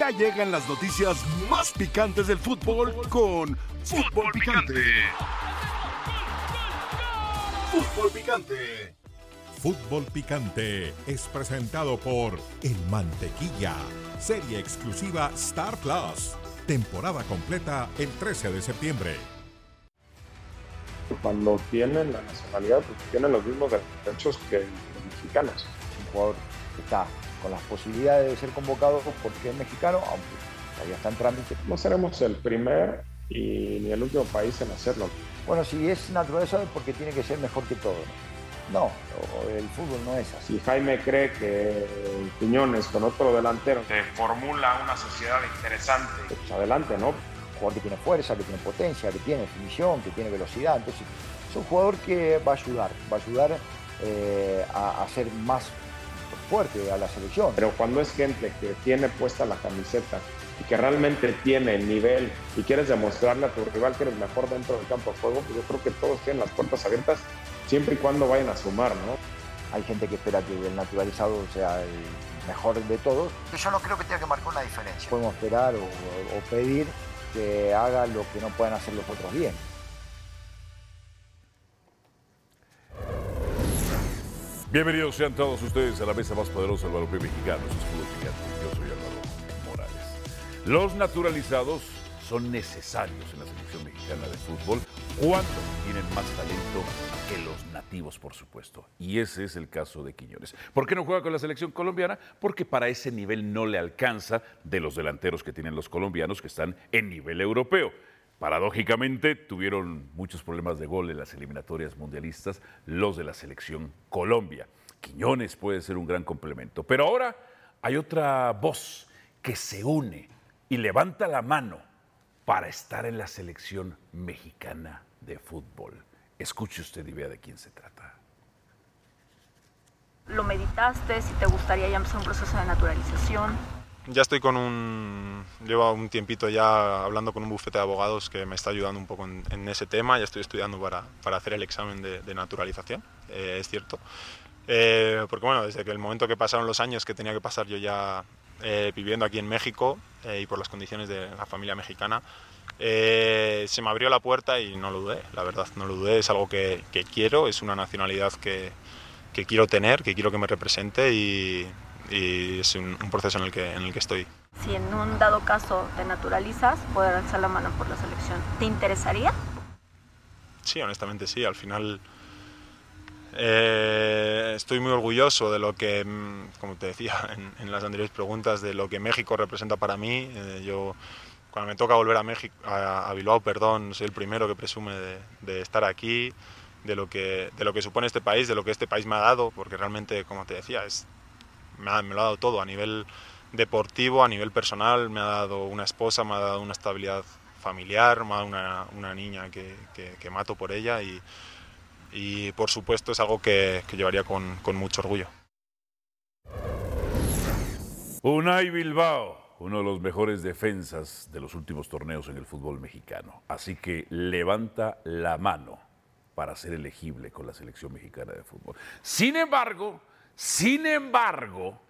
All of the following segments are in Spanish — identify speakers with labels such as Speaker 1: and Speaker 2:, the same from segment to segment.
Speaker 1: Ya llegan las noticias más picantes del fútbol con Fútbol Picante. Fútbol Picante.
Speaker 2: Fútbol Picante es presentado por El Mantequilla, serie exclusiva Star Plus, temporada completa el 13 de septiembre.
Speaker 3: cuando tienen la nacionalidad, pues tienen los mismos derechos que los mexicanos.
Speaker 4: un jugador que está con las posibilidades de ser convocado porque es mexicano, aunque todavía está en trámite.
Speaker 3: No seremos el primer y ni el último país en hacerlo.
Speaker 4: Bueno, si es naturaleza es porque tiene que ser mejor que todo. No, No, o- el fútbol no es así.
Speaker 3: Si Jaime cree que Piñones con otro delantero se formula una sociedad interesante, pues adelante, ¿no?
Speaker 4: Un jugador que tiene fuerza, que tiene potencia, que tiene definición, que tiene velocidad. Entonces, es un jugador que va a ayudar, va a ayudar eh, a, a ser más fuerte a la selección.
Speaker 3: Pero cuando es gente que tiene puesta la camiseta y que realmente tiene el nivel y quieres demostrarle a tu rival que eres mejor dentro del campo de juego, pues yo creo que todos tienen las puertas abiertas siempre y cuando vayan a sumar, ¿no?
Speaker 4: Hay gente que espera que el naturalizado sea el mejor de todos. Yo no creo que tenga que marcar una diferencia. Podemos esperar o, o pedir que haga lo que no puedan hacer los otros bien.
Speaker 5: Bienvenidos sean todos ustedes a la mesa más poderosa del balompié mexicano. Esto es Fútbol Picante. Yo soy Álvaro Morales. Los naturalizados son necesarios en la selección mexicana de fútbol cuando tienen más talento que los nativos, por supuesto. Y ese es el caso de Quiñones. ¿Por qué no juega con la selección colombiana? Porque para ese nivel no le alcanza de los delanteros que tienen los colombianos que están en nivel europeo. Paradójicamente, tuvieron muchos problemas de gol en las eliminatorias mundialistas los de la selección Colombia. Quiñones puede ser un gran complemento. Pero ahora hay otra voz que se une y levanta la mano para estar en la selección mexicana de fútbol. Escuche usted y vea de quién se trata.
Speaker 6: ¿Lo meditaste? Si te gustaría ya empezar un proceso de naturalización.
Speaker 7: Ya estoy con un. Llevo un tiempito ya hablando con un bufete de abogados que me está ayudando un poco en, en ese tema. Ya estoy estudiando para, para hacer el examen de, de naturalización, eh, es cierto. Eh, porque bueno, desde que el momento que pasaron los años que tenía que pasar yo ya eh, viviendo aquí en México eh, y por las condiciones de la familia mexicana, eh, se me abrió la puerta y no lo dudé, la verdad, no lo dudé. Es algo que, que quiero, es una nacionalidad que, que quiero tener, que quiero que me represente y, y es un, un proceso en el que, en el que estoy.
Speaker 6: Si en un dado caso te naturalizas, poder alzar la mano por la selección. ¿Te interesaría?
Speaker 7: Sí, honestamente sí. Al final eh, estoy muy orgulloso de lo que, mm, como te decía en, en las anteriores preguntas, de lo que México representa para mí. Eh, yo cuando me toca volver a México, a, a Bilbao, perdón, soy el primero que presume de, de estar aquí, de lo que de lo que supone este país, de lo que este país me ha dado, porque realmente, como te decía, es me, ha- me lo ha dado todo a nivel deportivo, a nivel personal, me ha dado una esposa, me ha dado una estabilidad familiar, me ha dado una, una niña que, que- que mato por ella y, y, por supuesto es algo que, que llevaría con- con mucho orgullo.
Speaker 5: Unai Bilbao, uno de los mejores defensas de los últimos torneos en el fútbol mexicano. Así que levanta la mano para ser elegible con la selección mexicana de fútbol. Sin embargo, sin embargo,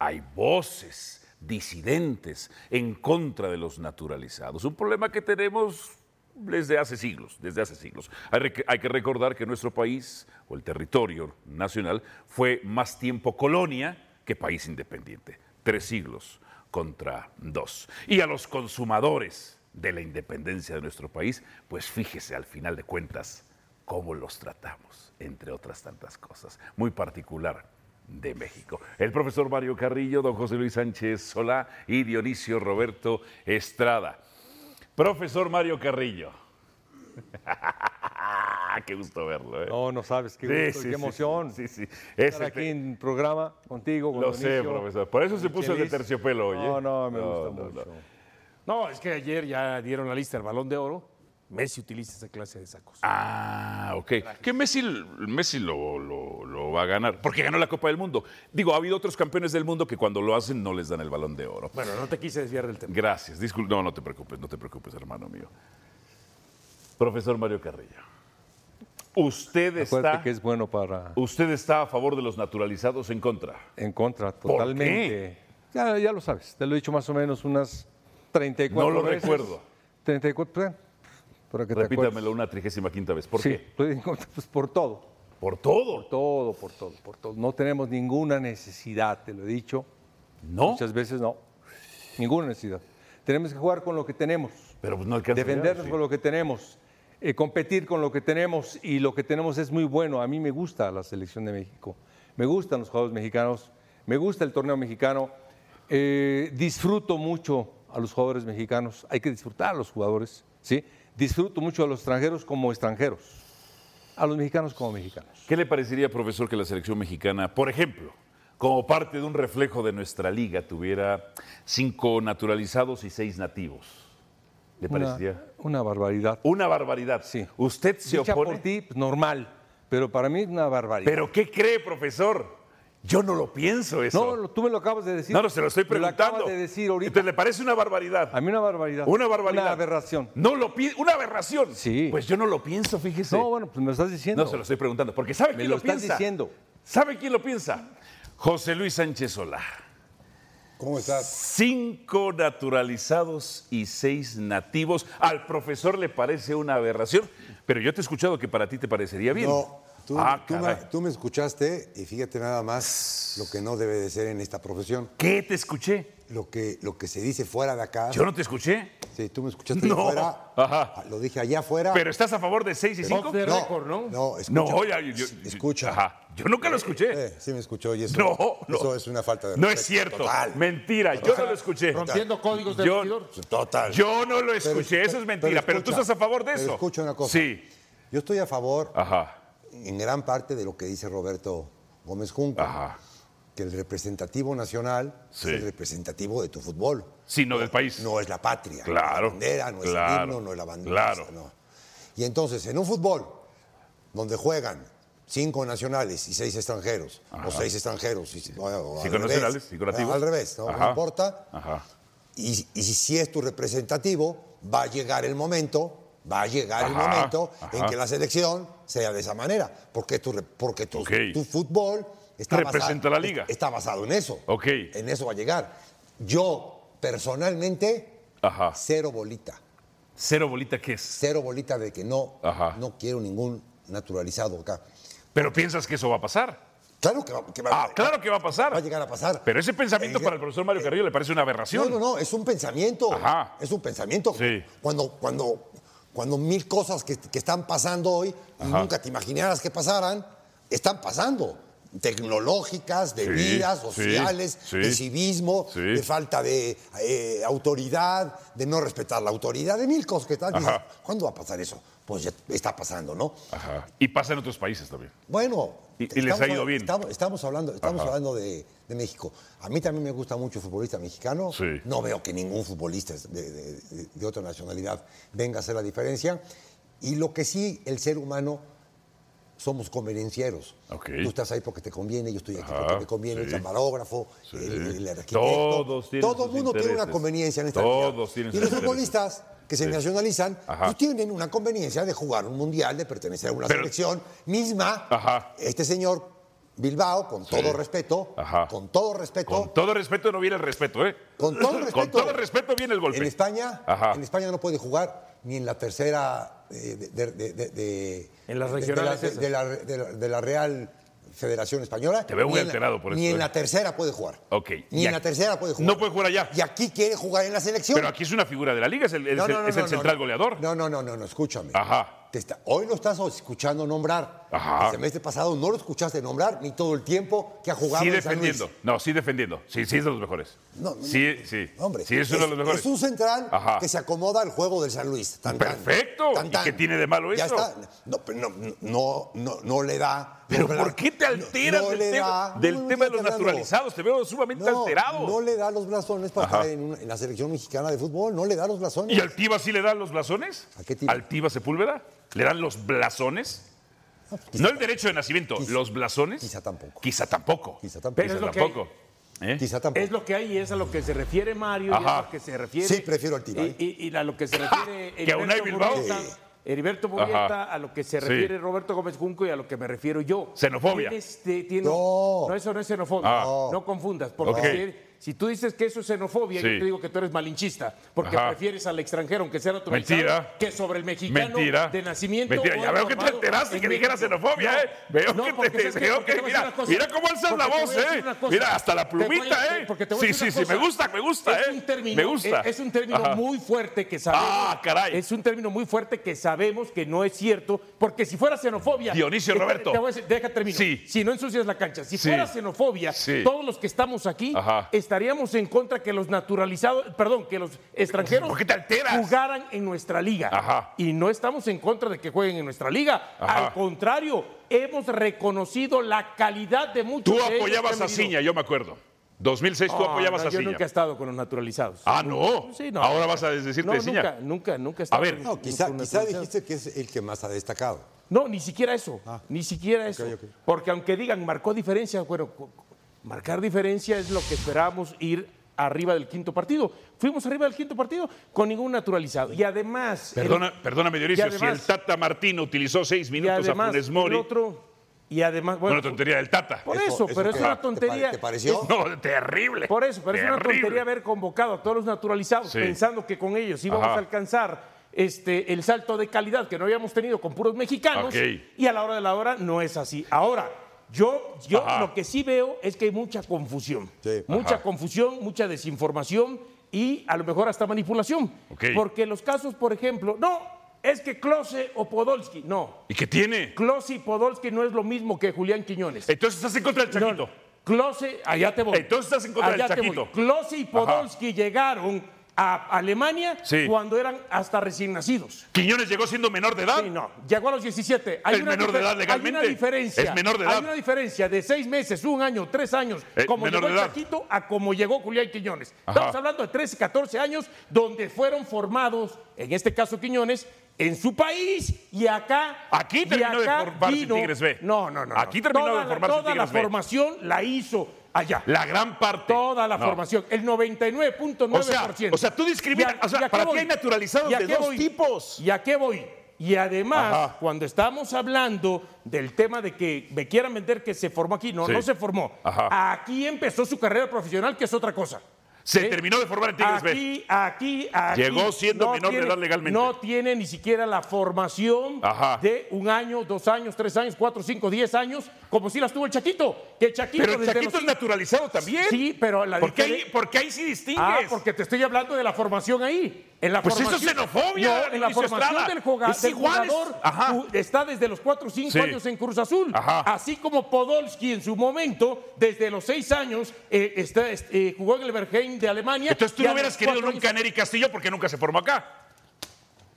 Speaker 5: hay voces disidentes en contra de los naturalizados. Un problema que tenemos desde hace siglos, desde hace siglos. Hay, rec- hay que recordar que nuestro país o el territorio nacional fue más tiempo colonia que país independiente. Tres siglos contra dos. Y a los consumadores de la independencia de nuestro país, pues fíjese al final de cuentas cómo los tratamos, entre otras tantas cosas. Muy particular de México. El profesor Mario Carrillo, don José Luis Sánchez Solá y Dionisio Roberto Estrada. Profesor Mario Carrillo. qué gusto verlo, ¿eh?
Speaker 8: No, no sabes, qué,
Speaker 5: Sí,
Speaker 8: gusto,
Speaker 5: sí,
Speaker 8: qué
Speaker 5: sí,
Speaker 8: emoción.
Speaker 5: sí, sí. Ese
Speaker 8: Estar
Speaker 5: te-
Speaker 8: aquí en programa contigo. Con
Speaker 5: Lo sé,
Speaker 8: Dionisio,
Speaker 5: profesor. Por eso
Speaker 8: con
Speaker 5: se puso el de
Speaker 8: Chelis.
Speaker 5: terciopelo, oye.
Speaker 8: No, no, me
Speaker 5: No,
Speaker 8: gusta
Speaker 5: no,
Speaker 8: mucho.
Speaker 9: No, es que ayer ya dieron la lista del balón de oro. Messi utiliza esa clase de sacos.
Speaker 5: Ah, ok. Que Messi, Messi lo, lo- lo va a ganar, porque ganó la Copa del Mundo. Digo, ha habido otros campeones del mundo que cuando lo hacen no les dan el balón de oro.
Speaker 9: Bueno, no te quise desviar del tema.
Speaker 5: Gracias. Disculpe. No, no te preocupes, no te preocupes, hermano mío. Profesor Mario Carrillo. Usted
Speaker 8: Acuérdate
Speaker 5: está,
Speaker 8: que es bueno para.
Speaker 5: usted está a favor de los naturalizados en contra.
Speaker 8: En contra,
Speaker 5: ¿Por
Speaker 8: totalmente.
Speaker 5: qué?
Speaker 8: Ya, ya lo sabes, te lo he dicho más o menos unas 34
Speaker 5: No lo
Speaker 8: veces.
Speaker 5: recuerdo.
Speaker 8: 34, pues, para que te
Speaker 5: Repítamelo una trigésima quinta vez. ¿Por
Speaker 8: Sí,
Speaker 5: qué?
Speaker 8: lo digo, pues, por todo.
Speaker 5: ¿Por todo?
Speaker 8: Por todo, por todo, por todo. No tenemos ninguna necesidad, te lo he dicho.
Speaker 5: ¿No?
Speaker 8: Muchas veces no. Ninguna necesidad. Tenemos que jugar con lo que tenemos.
Speaker 5: Pero pues no alcanza.
Speaker 8: Defendernos
Speaker 5: ya, sí.
Speaker 8: con lo que tenemos. eh, competir con lo que tenemos. Y lo que tenemos es muy bueno. A mí me gusta la selección de México. Me gustan los jugadores mexicanos. Me gusta el torneo mexicano. eh, disfruto mucho a los jugadores mexicanos. Hay que disfrutar a los jugadores. ¿sí? Disfruto mucho a los extranjeros como extranjeros. A los mexicanos como mexicanos.
Speaker 5: ¿Qué le parecería, profesor, que la selección mexicana, por ejemplo, como parte de un reflejo de nuestra liga, tuviera cinco naturalizados y seis nativos? ¿Le
Speaker 8: Una-
Speaker 5: parecería?
Speaker 8: Una, barbaridad.
Speaker 5: Una barbaridad. Sí. ¿Usted se
Speaker 8: Dicha
Speaker 5: opone?
Speaker 8: por ti, pues, normal, pero para mí es una barbaridad.
Speaker 5: ¿Pero qué cree, profesor? Yo no lo pienso eso.
Speaker 8: no, lo- tú me lo acabas de decir.
Speaker 5: No, no, se lo estoy
Speaker 8: Me
Speaker 5: preguntando.
Speaker 8: acabas de decir ahorita.
Speaker 5: Entonces, ¿le parece una barbaridad?
Speaker 8: A mí una barbaridad.
Speaker 5: Una barbaridad.
Speaker 8: Una aberración.
Speaker 5: No lo pi- una aberración.
Speaker 8: Sí.
Speaker 5: Pues yo no lo pienso, fíjese.
Speaker 8: No, bueno, pues me lo estás diciendo.
Speaker 5: No se lo estoy preguntando, porque ¿sabe
Speaker 8: Me
Speaker 5: quién
Speaker 8: lo
Speaker 5: lo,
Speaker 8: estás
Speaker 5: piensa?
Speaker 8: diciendo.
Speaker 5: ¿Sabe quién lo piensa? José Luis Sánchez Solá.
Speaker 4: ¿Cómo estás?
Speaker 5: Cinco naturalizados y seis nativos. Al profesor le parece una aberración, pero yo te he escuchado que para ti te parecería bien.
Speaker 4: No, tú,
Speaker 5: Ah,
Speaker 4: tú me,
Speaker 5: caray.
Speaker 4: tú me escuchaste y fíjate nada más lo que no debe de ser en esta profesión.
Speaker 5: ¿Qué te escuché?
Speaker 4: Lo que, lo que se dice fuera de acá.
Speaker 5: Yo no te escuché.
Speaker 4: Sí, tú me escuchaste allá
Speaker 5: No.
Speaker 4: afuera.
Speaker 5: Ajá.
Speaker 4: Lo dije allá afuera.
Speaker 5: Pero estás a favor de seis y cinco.
Speaker 3: Off the record, ¿no?
Speaker 4: No, escucha.
Speaker 5: No, oye, yo- yo-
Speaker 4: escucha.
Speaker 5: Ajá. Yo nunca lo escuché.
Speaker 4: Eh, sí me escuchó y eso,
Speaker 5: No, no.
Speaker 4: eso es una falta de
Speaker 5: No es
Speaker 4: respeto
Speaker 5: cierto.
Speaker 4: Total.
Speaker 5: Mentira. Yo no lo escuché.
Speaker 3: Rompiendo códigos de
Speaker 5: Yo-
Speaker 3: vestidor.
Speaker 4: Total.
Speaker 5: Yo no
Speaker 4: Pero
Speaker 5: lo escuché.
Speaker 4: escu-
Speaker 5: Eso es mentira. Pero, tú
Speaker 4: escucha,
Speaker 5: estás a favor de
Speaker 4: pero
Speaker 5: eso.
Speaker 4: escucha una cosa.
Speaker 5: Sí.
Speaker 4: Yo estoy a favor
Speaker 5: Ajá.
Speaker 4: en gran parte de lo que dice Roberto Gómez Junco.
Speaker 5: Ajá.
Speaker 4: Que el representativo nacional
Speaker 5: Sí.
Speaker 4: es el representativo de tu fútbol.
Speaker 5: Sino del país.
Speaker 4: No es la patria.
Speaker 5: Claro,
Speaker 4: No es la bandera, no es
Speaker 5: claro,
Speaker 4: el himno, no es la bandera.
Speaker 5: claro.
Speaker 4: o sea, no. Y entonces, en un fútbol donde juegan cinco nacionales y seis extranjeros, o seis extranjeros y o- o
Speaker 5: Cinco
Speaker 4: al revés,
Speaker 5: nacionales, cinco nativos.
Speaker 4: Al revés, no, no
Speaker 5: Ajá.
Speaker 4: importa.
Speaker 5: Ajá.
Speaker 4: Y, y si es tu representativo, va a llegar el momento, va a llegar el
Speaker 5: Ajá,
Speaker 4: momento en
Speaker 5: ajá.
Speaker 4: que la selección sea de esa manera, porque tu, re- porque tu,
Speaker 5: Ok.
Speaker 4: tu fútbol está
Speaker 5: Representa
Speaker 4: basado,
Speaker 5: la liga.
Speaker 4: Está basado en eso.
Speaker 5: Ok.
Speaker 4: En eso va a llegar. Yo, personalmente,
Speaker 5: Ajá.
Speaker 4: cero bolita.
Speaker 5: Cero bolita, ¿qué es?
Speaker 4: Cero bolita de que no,
Speaker 5: Ajá.
Speaker 4: no quiero ningún naturalizado acá.
Speaker 5: Pero piensas que eso va a pasar.
Speaker 4: Claro que va, que va-
Speaker 5: Ah, claro que va a pasar.
Speaker 4: va a llegar a pasar.
Speaker 5: Pero ese pensamiento
Speaker 4: Eh,
Speaker 5: para el profesor Mario Carrillo le parece una aberración.
Speaker 4: No, no, no, es un pensamiento.
Speaker 5: Ajá.
Speaker 4: Es un pensamiento.
Speaker 5: Sí.
Speaker 4: Cuando, cuando, cuando mil cosas que, que están pasando hoy, y nunca te imaginaras que pasaran, están pasando. Tecnológicas, de
Speaker 5: Sí,
Speaker 4: vidas
Speaker 5: sí,
Speaker 4: sociales,
Speaker 5: sí.
Speaker 4: de civismo,
Speaker 5: Sí.
Speaker 4: de falta de eh, autoridad, de no respetar la autoridad, de mil cosas que están. Dices,
Speaker 5: Ajá.
Speaker 4: ¿Cuándo va a pasar eso? Pues ya está pasando, ¿no?
Speaker 5: Ajá. Y pasa en otros países también.
Speaker 4: Bueno.
Speaker 5: Y- y
Speaker 4: estamos
Speaker 5: les ha
Speaker 4: hab-
Speaker 5: ido bien.
Speaker 4: Estamos, estamos hablando, estamos hablando de, de México. A mí también me gusta mucho el futbolista mexicano.
Speaker 5: Sí.
Speaker 4: No veo que ningún futbolista es de, de- de otra nacionalidad venga a hacer la diferencia. Y lo que sí, el ser humano somos convenencieros.
Speaker 5: Ok.
Speaker 4: Tú estás ahí porque te conviene, yo estoy aquí
Speaker 5: Ajá,
Speaker 4: porque te conviene, el
Speaker 5: sí.
Speaker 4: camarógrafo, el, el arquitecto.
Speaker 5: Todos tienen
Speaker 4: Todo
Speaker 5: sus
Speaker 4: mundo tiene una
Speaker 5: intereses.
Speaker 4: conveniencia en esta vida. Y
Speaker 5: Todos tienen sus
Speaker 4: los
Speaker 5: intereses.
Speaker 4: futbolistas que se
Speaker 5: Sí.
Speaker 4: nacionalizan
Speaker 5: Ajá.
Speaker 4: pues, tienen una conveniencia de jugar un mundial, de pertenecer a una
Speaker 5: Pero-
Speaker 4: selección misma.
Speaker 5: Ajá.
Speaker 4: Este señor Bilbao, con todo respeto,
Speaker 5: Ajá.
Speaker 4: con todo respeto,
Speaker 5: Con todo respeto no viene el respeto, ¿eh?
Speaker 4: Con todo respeto.
Speaker 5: Con todo respeto viene el golpe.
Speaker 4: en España,
Speaker 5: Ajá.
Speaker 4: en España no puede jugar ni en la tercera eh, de, de- de- de- de-
Speaker 3: En las
Speaker 4: de- de
Speaker 3: regionales
Speaker 4: la-
Speaker 3: esas.
Speaker 4: de la, de la- de la Real Federación Española.
Speaker 5: Te veo muy
Speaker 4: Ni en la-
Speaker 5: alterado por
Speaker 4: Ni
Speaker 5: esto,
Speaker 4: en
Speaker 5: ¿eh?
Speaker 4: la tercera puede jugar.
Speaker 5: Ok.
Speaker 4: Ni
Speaker 5: Y
Speaker 4: en la
Speaker 5: aquí-
Speaker 4: tercera puede jugar.
Speaker 5: No puede jugar allá.
Speaker 4: Y aquí quiere jugar en la selección.
Speaker 5: Pero aquí es una figura de la liga, es el, es
Speaker 4: No,
Speaker 5: el-
Speaker 4: no, no,
Speaker 5: es el
Speaker 4: no, no,
Speaker 5: central
Speaker 4: no.
Speaker 5: goleador.
Speaker 4: No, no, no, no, no, escúchame.
Speaker 5: Ajá.
Speaker 4: Te está- hoy lo estás escuchando nombrar.
Speaker 5: Ajá.
Speaker 4: El semestre pasado no lo escuchaste nombrar ni todo el tiempo que ha jugado
Speaker 5: Sí
Speaker 4: en San Luis.
Speaker 5: defendiendo. No, sí defendiendo. Sí, sí es de los mejores.
Speaker 4: No, no,
Speaker 5: sí, sí.
Speaker 4: Hombre,
Speaker 5: sí es uno de los mejores.
Speaker 4: es un central
Speaker 5: Ajá.
Speaker 4: que se acomoda al juego del San Luis. Tan, tan.
Speaker 5: Perfecto. ¿Y qué tiene de malo
Speaker 4: ya
Speaker 5: eso?
Speaker 4: Está. No, pero no, no, no, no le da.
Speaker 5: Pero
Speaker 4: no le da-
Speaker 5: ¿por qué te alteras
Speaker 4: no
Speaker 5: del
Speaker 4: le
Speaker 5: tema,
Speaker 4: da- no,
Speaker 5: del
Speaker 4: no, no
Speaker 5: tema de
Speaker 4: estoy
Speaker 5: los
Speaker 4: alterando.
Speaker 5: naturalizados? Te veo sumamente
Speaker 4: No,
Speaker 5: alterado.
Speaker 4: No le da los blasones para
Speaker 5: Ajá.
Speaker 4: estar en, una- en la selección mexicana de fútbol. No le da los blasones.
Speaker 5: ¿Y al Tiva sí le dan los blasones?
Speaker 4: ¿A qué Tiva?
Speaker 5: ¿Al Tiva Sepúlveda? ¿Le dan los blasones?
Speaker 4: quizá-
Speaker 5: no el derecho de nacimiento,
Speaker 4: quizá-
Speaker 5: los blasones.
Speaker 4: quizá tampoco.
Speaker 5: Quizá tampoco.
Speaker 4: Quizá tampoco.
Speaker 5: Pero
Speaker 4: Quizá
Speaker 5: es lo
Speaker 3: tampoco.
Speaker 5: que hay. ¿Eh?
Speaker 4: Quizá tampoco.
Speaker 3: Es lo que hay y es a lo que se refiere Mario, y es
Speaker 5: Ajá.
Speaker 3: a lo que se refiere.
Speaker 4: Sí, prefiero al Tiva,
Speaker 3: Y,
Speaker 4: ¿eh?
Speaker 3: y- y a lo que se refiere
Speaker 5: Que a Unai Bilbao.
Speaker 3: Murrieta,
Speaker 4: Sí.
Speaker 3: Heriberto Murrieta,
Speaker 5: Ajá.
Speaker 3: a lo que se
Speaker 5: Sí.
Speaker 3: refiere Roberto Gómez Junco y a lo que me refiero yo.
Speaker 5: Xenofobia.
Speaker 3: Tienes- te- tienes-
Speaker 4: No.
Speaker 3: no. eso no es xenofobia.
Speaker 5: Ah.
Speaker 3: No confundas, porque
Speaker 5: Ok.
Speaker 3: si- si tú dices que eso es xenofobia,
Speaker 5: Sí.
Speaker 3: yo te digo que tú eres malinchista, porque
Speaker 5: Ajá.
Speaker 3: prefieres al extranjero, aunque sea naturalizado,
Speaker 5: Mentira.
Speaker 3: que sobre el mexicano
Speaker 5: Mentira.
Speaker 3: de nacimiento.
Speaker 5: Mentira,
Speaker 3: o
Speaker 5: ya veo que te
Speaker 3: formado
Speaker 5: enteraste
Speaker 3: en
Speaker 5: que
Speaker 3: México.
Speaker 5: dijera xenofobia, ¿eh? Veo que te-
Speaker 3: porque
Speaker 5: te-
Speaker 3: ¿sabes qué?
Speaker 5: veo
Speaker 3: Porque
Speaker 5: que-
Speaker 3: te voy a decir
Speaker 5: mira,
Speaker 3: una cosa.
Speaker 5: mira cómo alzas la
Speaker 3: Porque te
Speaker 5: voz,
Speaker 3: voy a decir
Speaker 5: ¿eh?
Speaker 3: una cosa.
Speaker 5: Mira, hasta la
Speaker 3: Te voy a decir-
Speaker 5: plumita, ¿eh?
Speaker 3: porque te voy a
Speaker 5: Sí,
Speaker 3: decir
Speaker 5: sí,
Speaker 3: una
Speaker 5: sí, me
Speaker 3: cosa.
Speaker 5: gusta, me gusta,
Speaker 3: es
Speaker 5: ¿eh?
Speaker 3: Un término,
Speaker 5: Me gusta.
Speaker 3: Es, es un término
Speaker 5: Ajá.
Speaker 3: muy fuerte que sabemos.
Speaker 5: Ah, caray.
Speaker 3: Es un término muy fuerte que sabemos que no es cierto, porque si fuera xenofobia.
Speaker 5: Dionisio
Speaker 3: Espera,
Speaker 5: Roberto.
Speaker 3: te voy a decir- deja termino.
Speaker 5: Sí.
Speaker 3: Si no ensucias la cancha. Si
Speaker 5: Sí.
Speaker 3: fuera xenofobia,
Speaker 5: Sí.
Speaker 3: todos los que estamos aquí
Speaker 5: Ajá.
Speaker 3: estaríamos en contra que los naturalizados, perdón, que los extranjeros
Speaker 5: ¿Por qué te alteras?
Speaker 3: jugaran en nuestra liga.
Speaker 5: Ajá.
Speaker 3: Y no estamos en contra de que jueguen en nuestra liga.
Speaker 5: Ajá.
Speaker 3: Al contrario, hemos reconocido la calidad de muchos
Speaker 5: Tú
Speaker 3: de ellos que
Speaker 5: apoyabas
Speaker 3: han
Speaker 5: a
Speaker 3: venido.
Speaker 5: Ciña, yo me acuerdo. 2006 tú
Speaker 3: No,
Speaker 5: apoyabas
Speaker 3: no,
Speaker 5: a
Speaker 3: Yo
Speaker 5: Ciña.
Speaker 3: nunca he estado con los naturalizados.
Speaker 5: Ah,
Speaker 3: Nunca.
Speaker 5: no.
Speaker 3: Sí, no.
Speaker 5: Ahora vas a desdecirte
Speaker 3: No,
Speaker 5: de Ciña.
Speaker 3: Nunca, nunca, nunca he estado
Speaker 5: A ver.
Speaker 3: con-
Speaker 4: No, quizá,
Speaker 3: con
Speaker 4: quizá
Speaker 3: naturalizados.
Speaker 4: dijiste que es el que más ha destacado.
Speaker 3: No, ni siquiera eso. ni siquiera eso.
Speaker 4: Ah. ok.
Speaker 3: Porque aunque digan marcó diferencia, bueno, cu- cu- marcar diferencia es lo que esperábamos ir arriba del quinto partido. Fuimos arriba del quinto partido con ningún naturalizado. Y además. el-
Speaker 5: Perdona, perdóname, Dionisio,
Speaker 3: Y además-
Speaker 5: si el Tata Martino utilizó seis
Speaker 3: y
Speaker 5: minutos a
Speaker 3: además,
Speaker 5: Funes Mori.
Speaker 3: el otro. Y además. Bueno,
Speaker 5: Una tontería del Tata.
Speaker 3: por
Speaker 4: Eso-
Speaker 3: eso,
Speaker 4: eso
Speaker 3: pero
Speaker 4: te
Speaker 3: es
Speaker 4: pa-
Speaker 3: una
Speaker 4: te
Speaker 3: tontería.
Speaker 4: pare- te pareció.
Speaker 5: No, terrible.
Speaker 3: Por eso, pero es una
Speaker 5: Terrible.
Speaker 3: tontería haber convocado a todos los naturalizados
Speaker 5: Sí.
Speaker 3: pensando que con ellos íbamos
Speaker 5: Ajá.
Speaker 3: a alcanzar este, el salto de calidad que no habíamos tenido con puros mexicanos.
Speaker 5: Ok.
Speaker 3: Y a la hora de la hora no es así. Ahora, yo, yo
Speaker 5: Ajá.
Speaker 3: lo que sí veo es que hay mucha confusión.
Speaker 4: Sí.
Speaker 3: Mucha
Speaker 5: Ajá.
Speaker 3: confusión, mucha desinformación y a lo mejor hasta manipulación.
Speaker 5: Ok.
Speaker 3: Porque los casos, por ejemplo, no, es que Klose o Podolski, no.
Speaker 5: ¿Y qué tiene?
Speaker 3: Klose y Podolski no es lo mismo que Julián Quiñones.
Speaker 5: Entonces estás en contra del Chaquito.
Speaker 3: Close, allá te voy.
Speaker 5: Entonces estás en contra del
Speaker 3: Allá te voy.
Speaker 5: Chaquito.
Speaker 3: Klose y Podolski llegaron a Alemania
Speaker 5: Sí.
Speaker 3: cuando eran hasta recién nacidos.
Speaker 5: Quiñones llegó siendo menor de edad.
Speaker 3: Sí, no. Llegó a los 17. Hay
Speaker 5: Es
Speaker 3: una
Speaker 5: menor de
Speaker 3: difer-
Speaker 5: edad
Speaker 3: Hay
Speaker 5: legalmente.
Speaker 3: una diferencia.
Speaker 5: Es menor de
Speaker 3: Hay
Speaker 5: edad.
Speaker 3: una diferencia de seis meses, un año, tres años,
Speaker 5: Eh,
Speaker 3: como
Speaker 5: menor
Speaker 3: llegó
Speaker 5: de
Speaker 3: el
Speaker 5: edad.
Speaker 3: Chaquito a como llegó Julián Quiñones.
Speaker 5: Ajá.
Speaker 3: Estamos hablando de 13, 14 años donde fueron formados, en este caso Quiñones, en su país y acá.
Speaker 5: Aquí
Speaker 3: y
Speaker 5: terminó de
Speaker 3: acá
Speaker 5: formarse en
Speaker 3: vino-
Speaker 5: Tigres B.
Speaker 3: No, no, no.
Speaker 5: Aquí
Speaker 3: no.
Speaker 5: terminó de
Speaker 3: Toda la-
Speaker 5: formarse en
Speaker 3: Toda la
Speaker 5: Tigres B.
Speaker 3: formación la hizo allá.
Speaker 5: La gran parte.
Speaker 3: Toda la
Speaker 5: No.
Speaker 3: formación, el 99.9%.
Speaker 5: O sea, o sea, tú discriminas,
Speaker 3: ¿Y a-
Speaker 5: o sea,
Speaker 3: y a qué
Speaker 5: para ti
Speaker 3: voy?
Speaker 5: hay naturalizados
Speaker 3: ¿Y a
Speaker 5: de
Speaker 3: qué
Speaker 5: dos
Speaker 3: voy?
Speaker 5: tipos.
Speaker 3: ¿Y a qué voy? Y además,
Speaker 5: Ajá.
Speaker 3: cuando estamos hablando del tema de que me quieran vender que se formó aquí, no,
Speaker 5: Sí.
Speaker 3: no se formó.
Speaker 8: Ah,
Speaker 5: Ajá.
Speaker 3: Aquí empezó su carrera profesional, que es otra cosa.
Speaker 5: Se
Speaker 3: ¿Eh?
Speaker 5: terminó de formar en Tigres B.
Speaker 3: Aquí, aquí, aquí.
Speaker 5: Llegó siendo menor de
Speaker 3: tiene-
Speaker 5: edad legalmente.
Speaker 3: No tiene ni siquiera la formación
Speaker 5: Ajá.
Speaker 3: de un año, dos años, tres años, cuatro, cinco, diez años, como si las tuvo el Chaquito. Que el Chaquito
Speaker 5: Pero el
Speaker 3: desde
Speaker 5: Chaquito
Speaker 3: los
Speaker 5: es naturalizado también.
Speaker 3: Sí, pero la
Speaker 5: ¿Por qué, ahí,
Speaker 3: diferen-
Speaker 5: por qué ahí sí distingues?
Speaker 3: Ah, porque te estoy hablando de la formación ahí. En la
Speaker 5: Pues eso es
Speaker 3: formación,
Speaker 5: xenofobia,
Speaker 3: No, en la
Speaker 5: Dionisio
Speaker 3: formación
Speaker 5: Estrada.
Speaker 3: del, juga-
Speaker 5: Es
Speaker 3: del
Speaker 5: igual, es-
Speaker 3: jugador
Speaker 5: ajá.
Speaker 3: u- está desde los 4 o 5
Speaker 5: Sí.
Speaker 3: años en Cruz Azul.
Speaker 5: Ajá.
Speaker 3: Así como Podolski en su momento, desde los 6 años, eh, está- est- eh, jugó en el Bergheim de Alemania.
Speaker 5: Entonces tú
Speaker 3: y a
Speaker 5: no hubieras
Speaker 3: los
Speaker 5: querido
Speaker 3: cuatro
Speaker 5: nunca a
Speaker 3: años-
Speaker 5: Neri Castillo porque nunca se formó acá.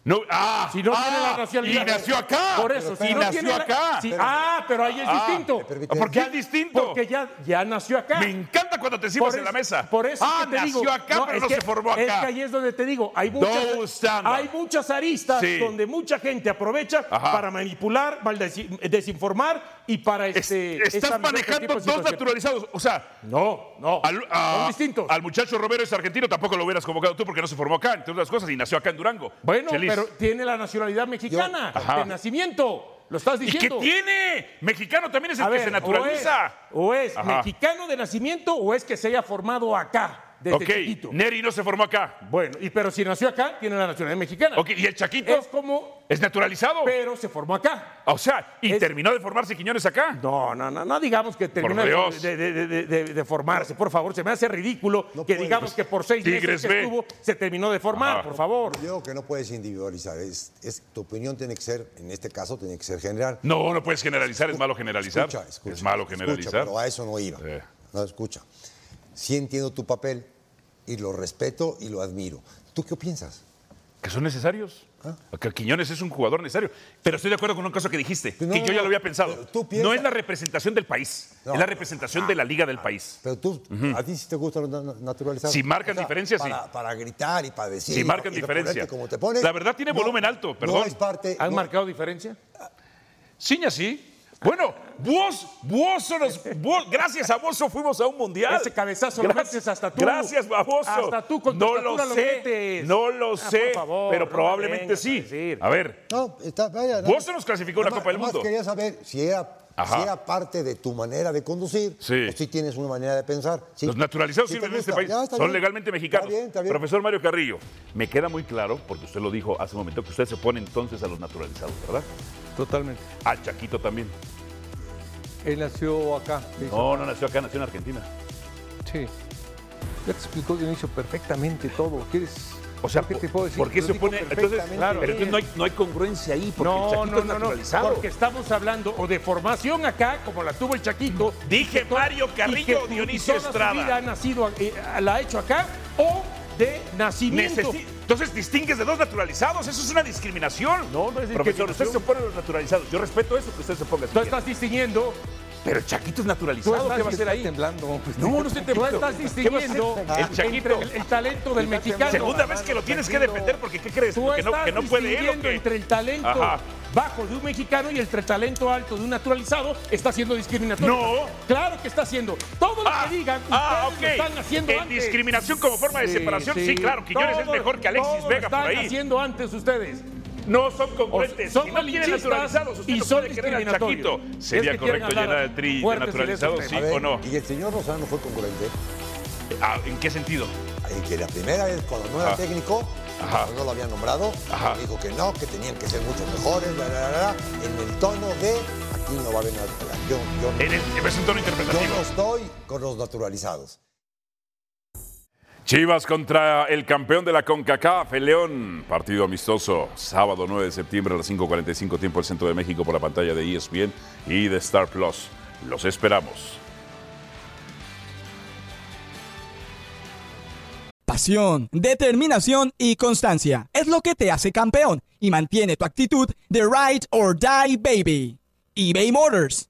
Speaker 5: No, ah,
Speaker 3: Si no
Speaker 5: ah,
Speaker 3: tiene la nacionalidad.
Speaker 5: Y nació acá.
Speaker 3: Por eso,
Speaker 5: y
Speaker 3: si no
Speaker 5: nació
Speaker 3: tiene la-
Speaker 5: acá.
Speaker 3: si- ah, pero ahí es
Speaker 5: Ah,
Speaker 3: distinto.
Speaker 4: permite-
Speaker 5: ¿Por qué es distinto?
Speaker 3: Porque ya, ya nació acá.
Speaker 5: Me encanta cuando te sirves
Speaker 3: Por
Speaker 5: en la
Speaker 3: eso-
Speaker 5: mesa.
Speaker 3: Por eso
Speaker 5: ah,
Speaker 3: es que te
Speaker 5: nació
Speaker 3: digo,
Speaker 5: acá, pero
Speaker 3: es
Speaker 5: no
Speaker 3: que-
Speaker 5: se formó
Speaker 3: Es que
Speaker 5: acá.
Speaker 3: ahí es donde te digo, hay
Speaker 5: Double
Speaker 3: muchas,
Speaker 5: standard.
Speaker 3: hay muchas aristas
Speaker 5: Sí.
Speaker 3: donde mucha gente aprovecha
Speaker 5: Ajá.
Speaker 3: para manipular, mal desi- desinformar y para
Speaker 5: Es-
Speaker 3: este.
Speaker 5: estás
Speaker 3: estabilizar este
Speaker 5: manejando
Speaker 3: tipo de
Speaker 5: dos
Speaker 3: situación.
Speaker 5: naturalizados. O sea,
Speaker 3: No, no.
Speaker 5: al, a-
Speaker 3: son distintos.
Speaker 5: al muchacho Romero es argentino, tampoco lo hubieras convocado tú porque no se formó acá, entre otras cosas, y nació acá en Durango.
Speaker 3: bueno,
Speaker 5: Chelis.
Speaker 3: pero tiene la nacionalidad mexicana
Speaker 5: Ajá.
Speaker 3: de nacimiento. Lo estás
Speaker 5: ¿Y qué
Speaker 3: diciendo.
Speaker 5: tiene? Mexicano también es el
Speaker 3: A
Speaker 5: que
Speaker 3: ver,
Speaker 5: se naturaliza.
Speaker 3: O es, o es
Speaker 5: Ajá.
Speaker 3: mexicano de nacimiento o es que se haya formado acá desde
Speaker 5: ok,
Speaker 3: chiquito.
Speaker 5: Neri no se formó acá.
Speaker 3: Bueno, y pero si nació acá, tiene la nacionalidad mexicana.
Speaker 5: Ok, ¿y el Chaquito?
Speaker 3: Es como,
Speaker 5: ¿Es naturalizado? Ah,
Speaker 3: pero se formó acá.
Speaker 5: o sea, ¿y
Speaker 3: es-
Speaker 5: terminó de formarse Quiñones acá?
Speaker 3: No, no, no, no digamos que terminó de,
Speaker 5: Dios.
Speaker 3: de- de- de- de- de formarse, por favor. Se me hace ridículo que digamos que por seis
Speaker 5: Tigres
Speaker 3: meses
Speaker 5: B.
Speaker 3: que estuvo se terminó de formar,
Speaker 5: Ajá.
Speaker 3: por favor.
Speaker 4: Yo creo que no puedes individualizar. Es, es- tu opinión tiene que ser, en este caso, tiene que ser general.
Speaker 5: No, no puedes generalizar, es malo generalizar.
Speaker 4: Escucha, escucha,
Speaker 5: es malo
Speaker 4: escucha,
Speaker 5: generalizar.
Speaker 4: pero a eso no iba.
Speaker 5: Eh.
Speaker 4: No, escucha. Sí entiendo tu papel y lo respeto y lo admiro. ¿Tú qué piensas?
Speaker 5: que son necesarios.
Speaker 4: Ah.
Speaker 5: Que Quiñones es un jugador necesario. Pero estoy de acuerdo con una cosa que dijiste,
Speaker 4: Pero no,
Speaker 5: que
Speaker 4: no,
Speaker 5: yo ya
Speaker 4: no,
Speaker 5: lo había
Speaker 4: pero
Speaker 5: pensado.
Speaker 4: tú piensa-
Speaker 5: No es la representación del país,
Speaker 4: No,
Speaker 5: es la
Speaker 4: no,
Speaker 5: representación de la liga del país.
Speaker 4: Pero tú, a ti sí te gusta lo na- naturalizado.
Speaker 5: Si marcan diferencias, sí.
Speaker 4: para, Para gritar y para decir.
Speaker 5: Si
Speaker 4: y-
Speaker 5: marcan
Speaker 4: y reponerte
Speaker 5: diferencia.
Speaker 4: Como te pones,
Speaker 5: La verdad tiene volumen alto, perdón.
Speaker 4: No es parte.
Speaker 3: ¿Han
Speaker 4: no-
Speaker 3: marcado diferencia?
Speaker 5: Ciña sí. Bueno, vos, vos, sonos- vos- gracias a Bozo fuimos a un mundial.
Speaker 3: Ese cabezazo lo metes hasta tú.
Speaker 5: Gracias a Bozo.
Speaker 3: Hasta tú con tu
Speaker 5: no lo
Speaker 3: estatura lo
Speaker 5: sé,
Speaker 3: metes.
Speaker 5: no lo
Speaker 3: Ah,
Speaker 5: sé,
Speaker 3: por favor,
Speaker 5: pero
Speaker 3: no me
Speaker 5: probablemente
Speaker 3: vengas a
Speaker 5: sí.
Speaker 3: decir.
Speaker 5: A ver,
Speaker 4: No, está, vaya.
Speaker 5: Vos se nos clasificó a la Copa del Mundo.
Speaker 4: quería saber si era
Speaker 5: Ajá.
Speaker 4: si era parte de tu manera de conducir
Speaker 5: Sí.
Speaker 4: o si tienes una manera de pensar. Sí.
Speaker 5: Los naturalizados
Speaker 4: Sí te
Speaker 5: sirven en este
Speaker 4: gusta.
Speaker 5: país.
Speaker 4: Ya,
Speaker 5: Son
Speaker 4: está bien.
Speaker 5: legalmente mexicanos.
Speaker 4: Está bien, está bien.
Speaker 5: Profesor Mario Carrillo, me queda muy claro, porque usted lo dijo hace un momento, que usted se pone entonces a los naturalizados, ¿verdad?
Speaker 8: Totalmente.
Speaker 5: Al Chaquito también.
Speaker 8: Él nació acá. se hizo
Speaker 5: No,
Speaker 8: acá.
Speaker 5: no nació acá, nació en Argentina.
Speaker 8: Sí. Ya te explicó Dionisio perfectamente todo. ¿Quieres?
Speaker 5: O sea,
Speaker 8: ¿qué te puedo decir?
Speaker 5: ¿por qué
Speaker 8: Lo
Speaker 5: se
Speaker 8: dijo
Speaker 5: pone? Entonces,
Speaker 8: perfectamente
Speaker 5: claro, pero
Speaker 8: bien.
Speaker 5: entonces no hay, no hay congruencia ahí, porque el
Speaker 3: No,
Speaker 5: Chaquito
Speaker 3: no,
Speaker 5: es
Speaker 3: no, no,
Speaker 5: naturalizado.
Speaker 3: porque estamos hablando o de formación acá, como la tuvo el Chaquito.
Speaker 5: Dije Mario Carrillo,
Speaker 3: y que
Speaker 5: Dionisio
Speaker 3: toda su vida ha
Speaker 5: Estrada.
Speaker 3: nacido, eh, la ha hecho acá, o de nacimiento.
Speaker 5: Necesi- entonces distingues de dos naturalizados, eso es una discriminación.
Speaker 3: No, no es
Speaker 5: Profesor, usted se
Speaker 3: discriminación.
Speaker 5: opone a los naturalizados. Yo respeto eso que usted se ponga. si
Speaker 3: Tú
Speaker 5: quiere.
Speaker 3: estás distinguiendo.
Speaker 5: Pero el Chaquito es
Speaker 3: Tú
Speaker 5: naturalizado.
Speaker 3: estás
Speaker 5: ¿Qué va a hacer ahí?
Speaker 8: temblando. pues,
Speaker 3: No, no se te
Speaker 5: Tú
Speaker 3: estás distinguiendo
Speaker 5: distinguiendo el
Speaker 3: entre
Speaker 5: Chaquito.
Speaker 3: el, el talento del mexicano.
Speaker 5: Segunda vez que lo tienes que defender porque ¿qué crees?
Speaker 3: Tú
Speaker 5: que, no,
Speaker 3: estás
Speaker 5: que no puede él o
Speaker 3: distinguiendo
Speaker 5: que...
Speaker 3: entre el talento
Speaker 5: Ajá.
Speaker 3: bajo de un mexicano y entre el talento alto de un naturalizado está siendo discriminatorio.
Speaker 5: No.
Speaker 3: Claro que está siendo. Todo lo
Speaker 5: Ah,
Speaker 3: que digan,
Speaker 5: ah,
Speaker 3: ustedes
Speaker 5: ok.
Speaker 3: lo están haciendo
Speaker 5: en
Speaker 3: antes.
Speaker 5: discriminación como forma de
Speaker 8: Sí,
Speaker 5: separación, sí,
Speaker 8: sí.
Speaker 5: claro, Quiñones es
Speaker 3: Todo-
Speaker 5: mejor que
Speaker 3: todo
Speaker 5: Alexis
Speaker 3: lo
Speaker 5: Vega por
Speaker 3: están
Speaker 5: ahí.
Speaker 3: haciendo antes ustedes.
Speaker 5: No son
Speaker 3: O-
Speaker 5: congruentes,
Speaker 3: son
Speaker 5: si no tienen
Speaker 3: malinchistas
Speaker 5: naturalizados, usted
Speaker 3: y
Speaker 5: no
Speaker 3: son
Speaker 5: puede querer al
Speaker 3: discriminatorios.
Speaker 5: Chaquito.
Speaker 3: Es
Speaker 5: ¿Sería
Speaker 3: que quieren
Speaker 5: correcto
Speaker 3: hablar
Speaker 5: llenar el tri de
Speaker 3: fuertes en
Speaker 5: naturalizados,
Speaker 3: esos
Speaker 5: sí
Speaker 4: A ver,
Speaker 5: o no?
Speaker 4: Y el señor Lozano fue congruente.
Speaker 5: Ah, ¿En qué sentido?
Speaker 4: Y que la primera vez, cuando no era
Speaker 5: Ajá.
Speaker 4: técnico,
Speaker 5: Ajá.
Speaker 4: cuando no lo habían nombrado,
Speaker 5: Ajá.
Speaker 4: dijo que no, que tenían que ser mucho mejores, bla, bla, bla, bla, en el tono de aquí no va a haber nada. Yo, yo,
Speaker 5: En el, es un tono
Speaker 4: yo
Speaker 5: interpretativo.
Speaker 4: no estoy con los naturalizados.
Speaker 5: Chivas contra el campeón de la CONCACAF, el León. Partido amistoso, sábado 9 de septiembre a las 5.45 tiempo del Centro de México por la pantalla de E ESPN y de Star Plus. Los esperamos.
Speaker 10: Pasión, determinación y constancia es lo que te hace campeón y mantiene tu actitud de ride or die baby. eBay Motors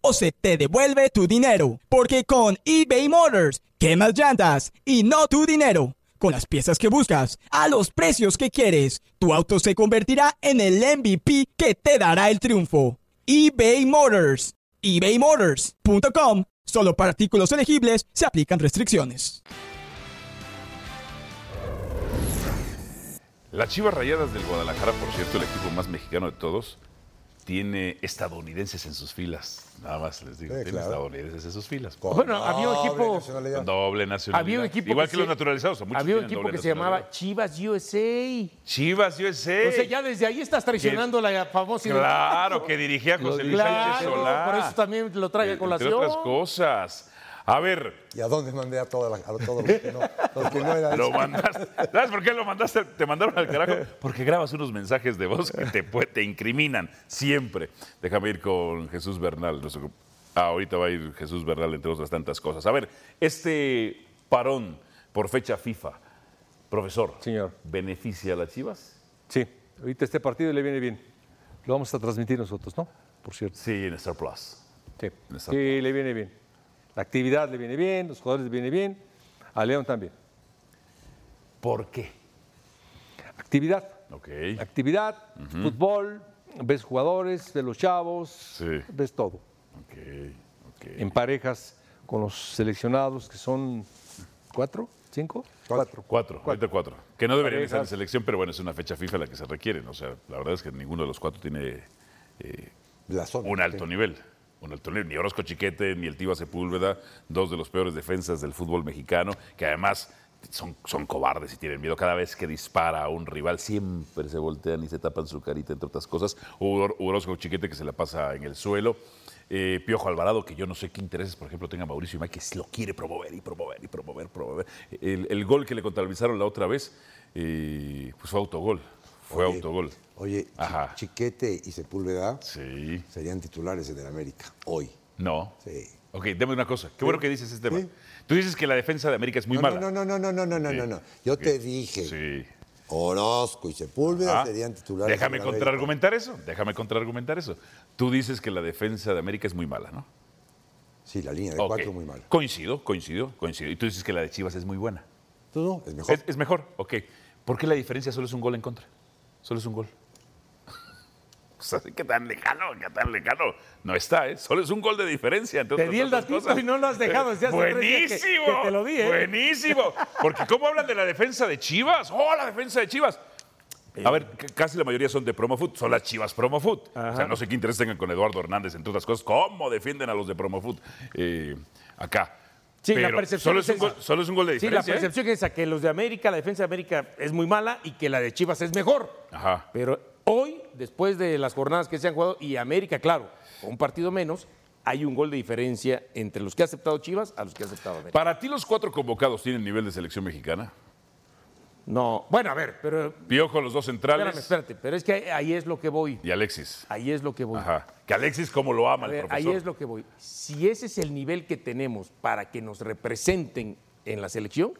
Speaker 10: o se te devuelve tu dinero. Porque con eBay Motors, quemas llantas y no tu dinero. Con las piezas que buscas, a los precios que quieres, tu auto se convertirá en el MVP que te dará el triunfo. eBay Motors. ebaymotors.com. Solo para artículos elegibles se aplican restricciones.
Speaker 5: Las Chivas Rayadas del Guadalajara, por cierto, el equipo más mexicano de todos, tiene estadounidenses en sus filas. Nada más les digo,
Speaker 4: Sí,
Speaker 5: tiene
Speaker 4: claro.
Speaker 5: estadounidenses en sus filas.
Speaker 4: Con
Speaker 3: Bueno, había un
Speaker 4: doble
Speaker 3: equipo-
Speaker 4: nacionalidad.
Speaker 5: Con doble nacionalidad.
Speaker 3: Había un equipo
Speaker 5: Igual que,
Speaker 3: que se-
Speaker 5: los naturalizados. a muchos
Speaker 3: Había un
Speaker 5: tienen
Speaker 3: equipo
Speaker 5: doble
Speaker 3: que se
Speaker 5: nacionalidad.
Speaker 3: llamaba Chivas USA.
Speaker 5: Chivas USA.
Speaker 3: O sea, ya desde ahí estás traicionando la famosa
Speaker 5: Claro, que dirigía José Luis Sánchez
Speaker 3: Claro,
Speaker 5: Solá.
Speaker 3: por eso también lo trae a
Speaker 5: Entre otras
Speaker 3: colación.
Speaker 5: cosas. A ver,
Speaker 4: ¿Y a dónde mandé a, toda la- a todos los que no, los que no eran?
Speaker 5: lo mandaste. ¿Sabes por qué lo mandaste? Te mandaron al carajo. Porque grabas unos mensajes de voz que te, pue- te incriminan siempre. Déjame ir con Jesús Bernal. nuestro- ah, ahorita va a ir Jesús Bernal, entre otras tantas cosas. A ver, este parón por fecha FIFA, profesor,
Speaker 8: Señor.
Speaker 5: ¿beneficia a las chivas?
Speaker 8: Sí, ahorita este partido le viene bien. Lo vamos a transmitir nosotros, ¿no? Por cierto.
Speaker 5: Sí, en Star Plus.
Speaker 8: Sí,
Speaker 5: Exacto.
Speaker 8: sí le viene bien. La actividad le viene bien, los jugadores le viene bien, a León también.
Speaker 5: ¿Por qué?
Speaker 8: Actividad,
Speaker 5: Ok.
Speaker 8: actividad, fútbol, ves jugadores, ves los chavos,
Speaker 5: Sí.
Speaker 8: ves todo.
Speaker 5: Ok. ok.
Speaker 8: En parejas con los seleccionados que son cuatro, cinco, cuatro.
Speaker 5: Cuatro, ahorita cuatro. Que no deberían estar en
Speaker 8: Parejas.
Speaker 5: selección, pero bueno, es una fecha FIFA la que se requieren. O sea, la verdad es que ninguno de los cuatro tiene eh,
Speaker 4: La zona.
Speaker 5: un alto nivel. Un alto nivel. Ni Orozco Chiquete, ni el Tiva Sepúlveda, dos de los peores defensas del fútbol mexicano, que además son, son cobardes y tienen miedo. Cada vez que dispara a un rival, siempre se voltean y se tapan su carita, entre otras cosas. Oro- Orozco Chiquete que se la pasa en el suelo. Eh, Piojo Alvarado, que yo no sé qué intereses, por ejemplo, tenga Mauricio Imay, que lo quiere promover y promover y promover, promover. El, el gol que le contabilizaron la otra vez, eh, pues fue autogol. Fue
Speaker 4: Oye,
Speaker 5: autogol.
Speaker 4: Oye, Chi-
Speaker 5: Ajá.
Speaker 4: Chiquete y Sepúlveda
Speaker 5: Sí.
Speaker 4: serían titulares en el América hoy.
Speaker 5: No.
Speaker 4: Sí.
Speaker 5: Ok, dame una cosa. Qué bueno que dices este tema. Tú dices que la defensa de América es muy
Speaker 4: no,
Speaker 5: mala.
Speaker 4: no, no, no, no, no, no, no, no, no. Yo te dije,
Speaker 5: Sí.
Speaker 4: Orozco y Sepúlveda
Speaker 5: Ah,
Speaker 4: serían titulares.
Speaker 5: Déjame
Speaker 4: en el América.
Speaker 5: contraargumentar eso. Déjame contraargumentar eso. Tú dices que la defensa de América es muy mala, ¿no?
Speaker 4: Sí, la línea de
Speaker 5: Ok.
Speaker 4: cuatro muy mala.
Speaker 5: Coincido, coincido, coincido. Y tú dices que la de Chivas es muy buena.
Speaker 4: No, no, es mejor.
Speaker 5: Es, es mejor, ok. ¿Por qué la diferencia solo es un gol en contra? Solo es un gol. O sea, ¿qué Pues, tan lejano? ¿Qué tan lejano? No está, ¿eh? Solo es un gol de diferencia. entre
Speaker 3: Te
Speaker 5: otras
Speaker 3: di el
Speaker 5: tantas
Speaker 3: datito
Speaker 5: cosas.
Speaker 3: y no lo has dejado desde hace tres días que-
Speaker 5: ¡Buenísimo!
Speaker 3: que te lo di, ¿eh?
Speaker 5: ¡Buenísimo! Porque ¿cómo hablan de la defensa de Chivas? ¡Oh, la defensa de Chivas! A ver, c- casi la mayoría son de Promofoot, son las Chivas Promofoot. O sea, no sé qué interés tengan con Eduardo Hernández, entre otras cosas. ¿Cómo defienden a los de Promofoot eh, acá?
Speaker 3: Sí, la
Speaker 5: Pero
Speaker 3: percepción
Speaker 5: solo es, un
Speaker 3: esa.
Speaker 5: gol, solo es un gol de
Speaker 3: Sí,
Speaker 5: diferencia.
Speaker 3: la
Speaker 5: ¿eh?
Speaker 3: percepción es esa, que los de América, la defensa de América es muy mala y que la de Chivas es mejor.
Speaker 5: Ajá.
Speaker 3: Pero hoy, después de las jornadas que se han jugado, y América, claro, con un partido menos, hay un gol de diferencia entre los que ha aceptado Chivas a los que ha aceptado América.
Speaker 5: ¿Para ti los cuatro convocados tienen nivel de selección mexicana?
Speaker 3: No, bueno, a ver, pero...
Speaker 5: Piojo, los dos centrales
Speaker 3: Espérame, espérate, pero es que ahí, ahí es lo que voy.
Speaker 5: y Alexis.
Speaker 3: Ahí es lo que voy.
Speaker 5: Ajá. Que Alexis cómo lo ama
Speaker 3: A
Speaker 5: el
Speaker 3: ver,
Speaker 5: profesor.
Speaker 3: ahí es lo que voy. Si ese es el nivel que tenemos para que nos representen en la selección,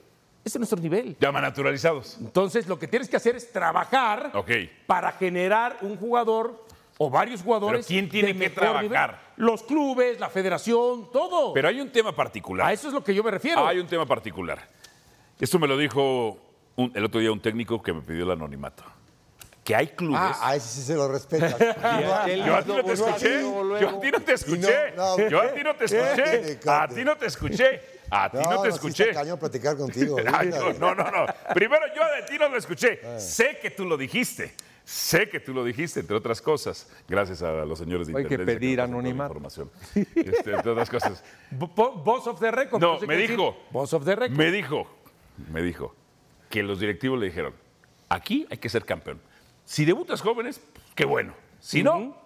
Speaker 3: ese es nuestro nivel.
Speaker 5: Llama naturalizados.
Speaker 3: Entonces, lo que tienes que hacer es trabajar
Speaker 5: Ok.
Speaker 3: para generar un jugador o varios jugadores.
Speaker 5: Pero ¿quién tiene
Speaker 3: de
Speaker 5: que
Speaker 3: mejor
Speaker 5: trabajar?
Speaker 3: Los clubes, la federación, todo.
Speaker 5: Pero hay un tema particular.
Speaker 3: a eso es lo que yo me refiero.
Speaker 5: Hay un tema particular. Esto me lo dijo un- el otro día un técnico que me pidió el anonimato. Que hay clubes.
Speaker 4: Ah, a ese sí se lo respetas.
Speaker 5: yo a ti no te escuché. Yo a ti no te escuché.
Speaker 4: no, no.
Speaker 5: Yo a ti no te escuché. A ti no te escuché. A ti no te escuché.
Speaker 4: cañón platicar contigo.
Speaker 5: Ay,
Speaker 4: ahorita.
Speaker 5: no, no, no, no. Primero, yo de ti no lo escuché. Sé que tú lo dijiste. Sé que tú lo dijiste, entre otras cosas. Gracias a los señores de
Speaker 8: Hay que
Speaker 5: Intendencia
Speaker 8: pedir
Speaker 5: nos hacen toda la
Speaker 8: anonimato.
Speaker 5: información. Este, entre otras cosas.
Speaker 3: Voz of the record.
Speaker 5: No,
Speaker 3: pues hay
Speaker 5: me
Speaker 3: que decir
Speaker 5: dijo.
Speaker 3: Voz of the record.
Speaker 5: Me dijo, me dijo, que los directivos le dijeron, aquí hay que ser campeón. Si debutas jóvenes, qué bueno. Si no,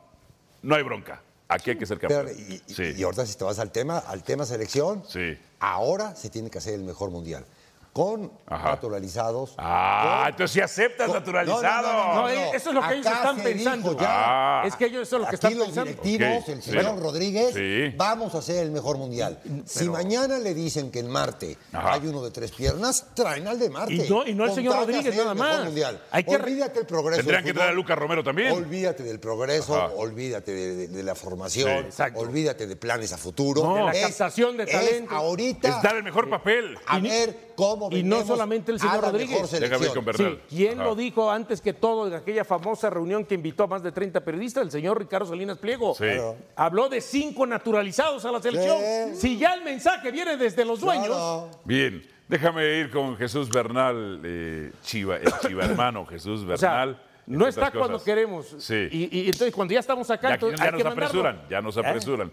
Speaker 5: no hay bronca. Aquí hay que ser
Speaker 4: Pero,
Speaker 5: campeón.
Speaker 4: y, y-
Speaker 5: Sí,
Speaker 4: y ahorita si te vas al tema, al tema selección,
Speaker 5: sí.
Speaker 4: ahora se tiene que hacer el mejor mundial. Con
Speaker 5: Ajá.
Speaker 4: naturalizados.
Speaker 5: Ah, entonces si aceptas
Speaker 4: con-
Speaker 5: naturalizado.
Speaker 3: no, no, no. eso es lo que ellos están
Speaker 4: se
Speaker 3: pensando.
Speaker 4: dijo ya,
Speaker 5: Ah.
Speaker 3: Es que ellos eso es lo que
Speaker 4: Aquí
Speaker 3: están
Speaker 4: los
Speaker 3: pensando.
Speaker 4: directivos,
Speaker 5: Ok,
Speaker 4: el
Speaker 5: sí.
Speaker 4: señor
Speaker 5: Bueno,
Speaker 4: Rodríguez,
Speaker 5: sí.
Speaker 4: vamos a hacer el mejor mundial. Si mañana le dicen que en Marte
Speaker 5: Ajá.
Speaker 4: hay uno de tres piernas, traen al de Marte.
Speaker 3: Y no- y no el
Speaker 4: Con
Speaker 3: señor
Speaker 4: tal de
Speaker 3: Rodríguez,
Speaker 4: hacer el
Speaker 3: nada
Speaker 4: mejor
Speaker 3: más.
Speaker 4: Mundial.
Speaker 3: Hay que re-
Speaker 4: Olvídate el progreso. del
Speaker 5: Tendrían que traer a
Speaker 4: fútbol.
Speaker 5: Lucas Romero también.
Speaker 4: Olvídate del progreso,
Speaker 5: Ajá.
Speaker 4: olvídate de, de- de la formación,
Speaker 3: exacto.
Speaker 4: olvídate de planes a futuro.
Speaker 3: No. De la
Speaker 4: Es-
Speaker 3: captación de
Speaker 4: es
Speaker 3: talento.
Speaker 4: ahorita
Speaker 5: Es dar el mejor papel.
Speaker 4: a
Speaker 3: Y ni-
Speaker 4: ver cómo
Speaker 3: y no
Speaker 4: vendemos
Speaker 3: solamente el
Speaker 4: a
Speaker 3: señor
Speaker 4: la
Speaker 3: Rodríguez.
Speaker 4: mejor
Speaker 5: Déjame ir
Speaker 4: selección.
Speaker 5: con Bernal.
Speaker 3: Sí, ¿quién
Speaker 5: Ajá.
Speaker 3: lo dijo antes que todo en aquella famosa reunión que invitó a más de 30 periodistas? El señor Ricardo Salinas Pliego.
Speaker 5: Sí. Claro.
Speaker 3: Habló de cinco naturalizados a la selección.
Speaker 4: Sí.
Speaker 3: Si ya el mensaje viene desde los dueños.
Speaker 4: Claro.
Speaker 5: Bien, déjame ir con Jesús Bernal, eh, Chiva, el Chiva hermano Jesús
Speaker 3: O sea,
Speaker 5: Bernal. entre
Speaker 3: no
Speaker 5: otras
Speaker 3: está cuando
Speaker 5: cosas.
Speaker 3: queremos.
Speaker 5: Sí.
Speaker 3: Y, y entonces cuando ya estamos acá,
Speaker 5: Ya,
Speaker 3: entonces
Speaker 5: ya
Speaker 3: hay
Speaker 5: nos
Speaker 3: que mandarlo.
Speaker 5: apresuran, ya nos
Speaker 3: ¿Eh?
Speaker 5: apresuran.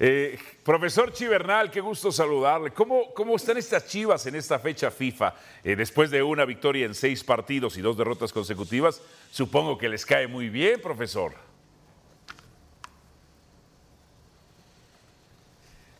Speaker 5: Eh, profesor Chivernal, qué gusto saludarle. ¿Cómo, ¿Cómo están estas chivas en esta fecha FIFA? Eh, después de una victoria en seis partidos y dos derrotas consecutivas, supongo que les cae muy bien, profesor.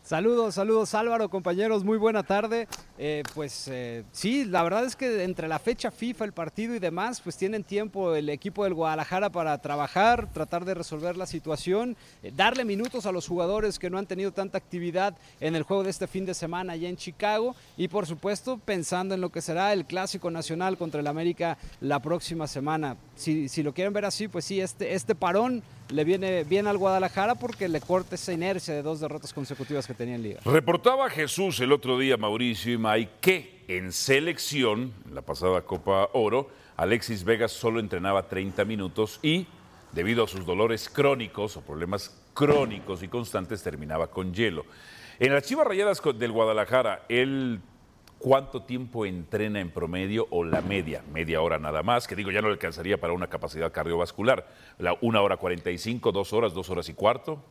Speaker 11: Saludos, saludos Álvaro, compañeros, muy buena tarde. Eh, pues eh, sí, la verdad es que entre la fecha FIFA, el partido y demás, pues tienen tiempo el equipo del Guadalajara para trabajar, tratar de resolver la situación, eh, darle minutos a los jugadores que no han tenido tanta actividad en el juego de este fin de semana allá en Chicago y por supuesto pensando en lo que será el Clásico Nacional contra el América la próxima semana. Si, si lo quieren ver así, pues sí, este, este parón le viene bien al Guadalajara porque le corta esa inercia de dos derrotas consecutivas que tenía en liga.
Speaker 5: Reportaba Jesús el otro día, Mauricio y May, que en selección, en la pasada Copa Oro, Alexis Vegas solo entrenaba 30 minutos y, debido a sus dolores crónicos o problemas crónicos y constantes, terminaba con hielo. En las Chivas Rayadas co- del Guadalajara, él cuánto tiempo entrena en promedio o la media, media hora nada más, que digo, ya no le alcanzaría para una capacidad cardiovascular, la una hora 45, dos horas, dos horas y cuarto.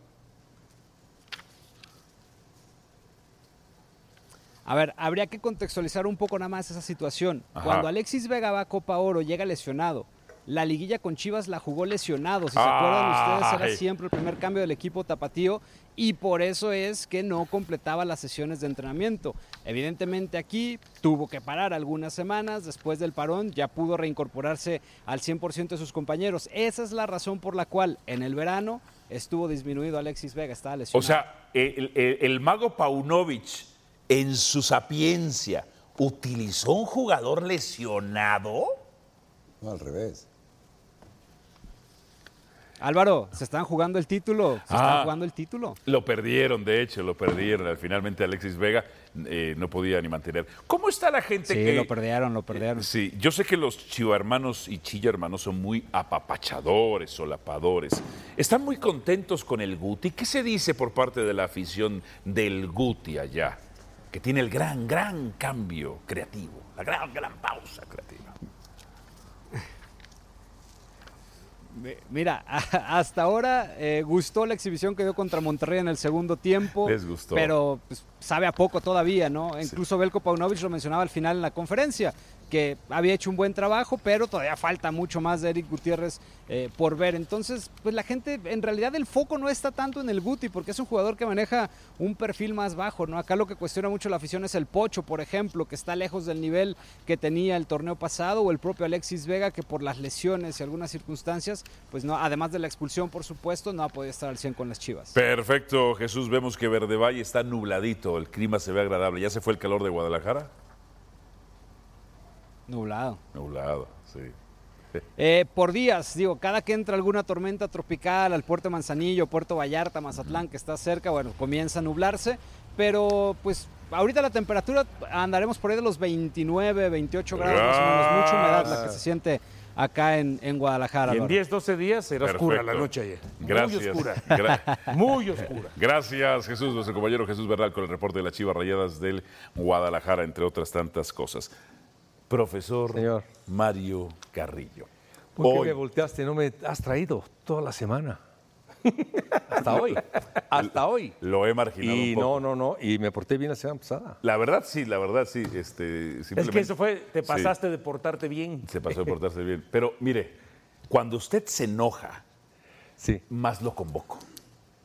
Speaker 11: A ver, habría que contextualizar un poco nada más esa situación.
Speaker 5: Ajá.
Speaker 11: Cuando Alexis Vega va a Copa Oro, llega lesionado. La liguilla con Chivas la jugó lesionado. Si se acuerdan ustedes,
Speaker 5: Ay.
Speaker 11: era siempre el primer cambio del equipo tapatío y por eso es que no completaba las sesiones de entrenamiento. Evidentemente aquí tuvo que parar algunas semanas, después del parón ya pudo reincorporarse al 100% de sus compañeros. Esa es la razón por la cual en el verano estuvo disminuido Alexis Vega, estaba lesionado.
Speaker 5: O sea, el, el- el mago Paunovic, en su sapiencia, utilizó un jugador lesionado.
Speaker 4: No, al revés.
Speaker 11: Álvaro, se están jugando el título. Se
Speaker 5: Ah.
Speaker 11: están jugando el título.
Speaker 5: Lo perdieron, de hecho, lo perdieron. Al- Finalmente Alexis Vega eh, no podía ni mantener. ¿Cómo está la gente
Speaker 11: Sí,
Speaker 5: que-
Speaker 11: lo perdieron, lo perdieron.
Speaker 5: Sí, yo sé que los chivahermanos y chilla hermanos son muy apapachadores, solapadores. Están muy contentos con el Guti. ¿Qué se dice por parte de la afición del Guti allá? Que tiene el gran, gran cambio creativo, la gran, gran pausa creativa.
Speaker 11: Mi- Mira, a- hasta ahora eh, gustó la exhibición que dio contra Monterrey en el segundo tiempo.
Speaker 5: Les gustó.
Speaker 11: Pero pues, sabe a poco todavía, ¿no? Incluso Belko Paunovic lo mencionaba al final en la conferencia, que había hecho un buen trabajo, pero todavía falta mucho más de Eric Gutiérrez eh, por ver. Entonces, pues la gente, en realidad el foco no está tanto en el Guti, porque es un jugador que maneja un perfil más bajo, ¿no? Acá lo que cuestiona mucho la afición es el Pocho, por ejemplo, que está lejos del nivel que tenía el torneo pasado, o el propio Alexis Vega, que por las lesiones y algunas circunstancias, pues no, además de la expulsión, por supuesto, no ha podido estar al 100 con las Chivas.
Speaker 5: Perfecto, Jesús. Vemos que Verde Valle está nubladito, el clima se ve agradable. ¿Ya se fue el calor de Guadalajara?
Speaker 11: Nublado.
Speaker 5: Nublado, sí.
Speaker 11: Eh, por días, digo, cada que entra alguna tormenta tropical al puerto de Manzanillo, Puerto Vallarta, Mazatlán, que está cerca, bueno, comienza a nublarse, pero pues ahorita la temperatura andaremos por ahí de los 29, 28 grados más o menos, mucha humedad la que se siente acá en, en Guadalajara.
Speaker 3: Y en
Speaker 11: Álvaro.
Speaker 3: 10, 12 días será oscura la
Speaker 5: Perfecto.
Speaker 3: noche ayer.
Speaker 5: Gracias.
Speaker 3: Muy oscura.
Speaker 5: Gra-
Speaker 3: Muy oscura.
Speaker 5: Gracias, Jesús, nuestro compañero Jesús Bernal, con el reporte de las Chivas Rayadas del Guadalajara, entre otras tantas cosas. Profesor Mario Carrillo.
Speaker 8: ¿Por qué
Speaker 5: Hoy-
Speaker 8: me volteaste? No me has traído toda la semana. Hasta hoy. Hasta hoy.
Speaker 5: Lo he marginado.
Speaker 8: Y
Speaker 5: un poco.
Speaker 8: no, no, no. Y me porté bien la semana pasada.
Speaker 5: La verdad, sí, la verdad, sí. Este,
Speaker 3: Es
Speaker 5: simplemente-
Speaker 3: que eso fue, te
Speaker 5: Sí,
Speaker 3: pasaste de portarte bien.
Speaker 5: se pasó de portarse bien. Pero mire, cuando usted se enoja, más lo convoco.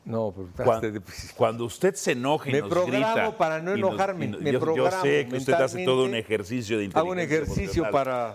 Speaker 8: No, pero
Speaker 5: Cuan- pues, Cuando, usted se enoja y
Speaker 8: Me
Speaker 5: nos
Speaker 8: programo
Speaker 5: grita
Speaker 8: para no
Speaker 5: y nos-
Speaker 8: enojarme,
Speaker 5: y no-
Speaker 8: me
Speaker 5: yo, yo
Speaker 8: programo
Speaker 5: sé que usted hace todo un
Speaker 8: mentalmente.
Speaker 5: ejercicio de inteligencia.
Speaker 8: Hago un ejercicio
Speaker 5: emocional.
Speaker 8: para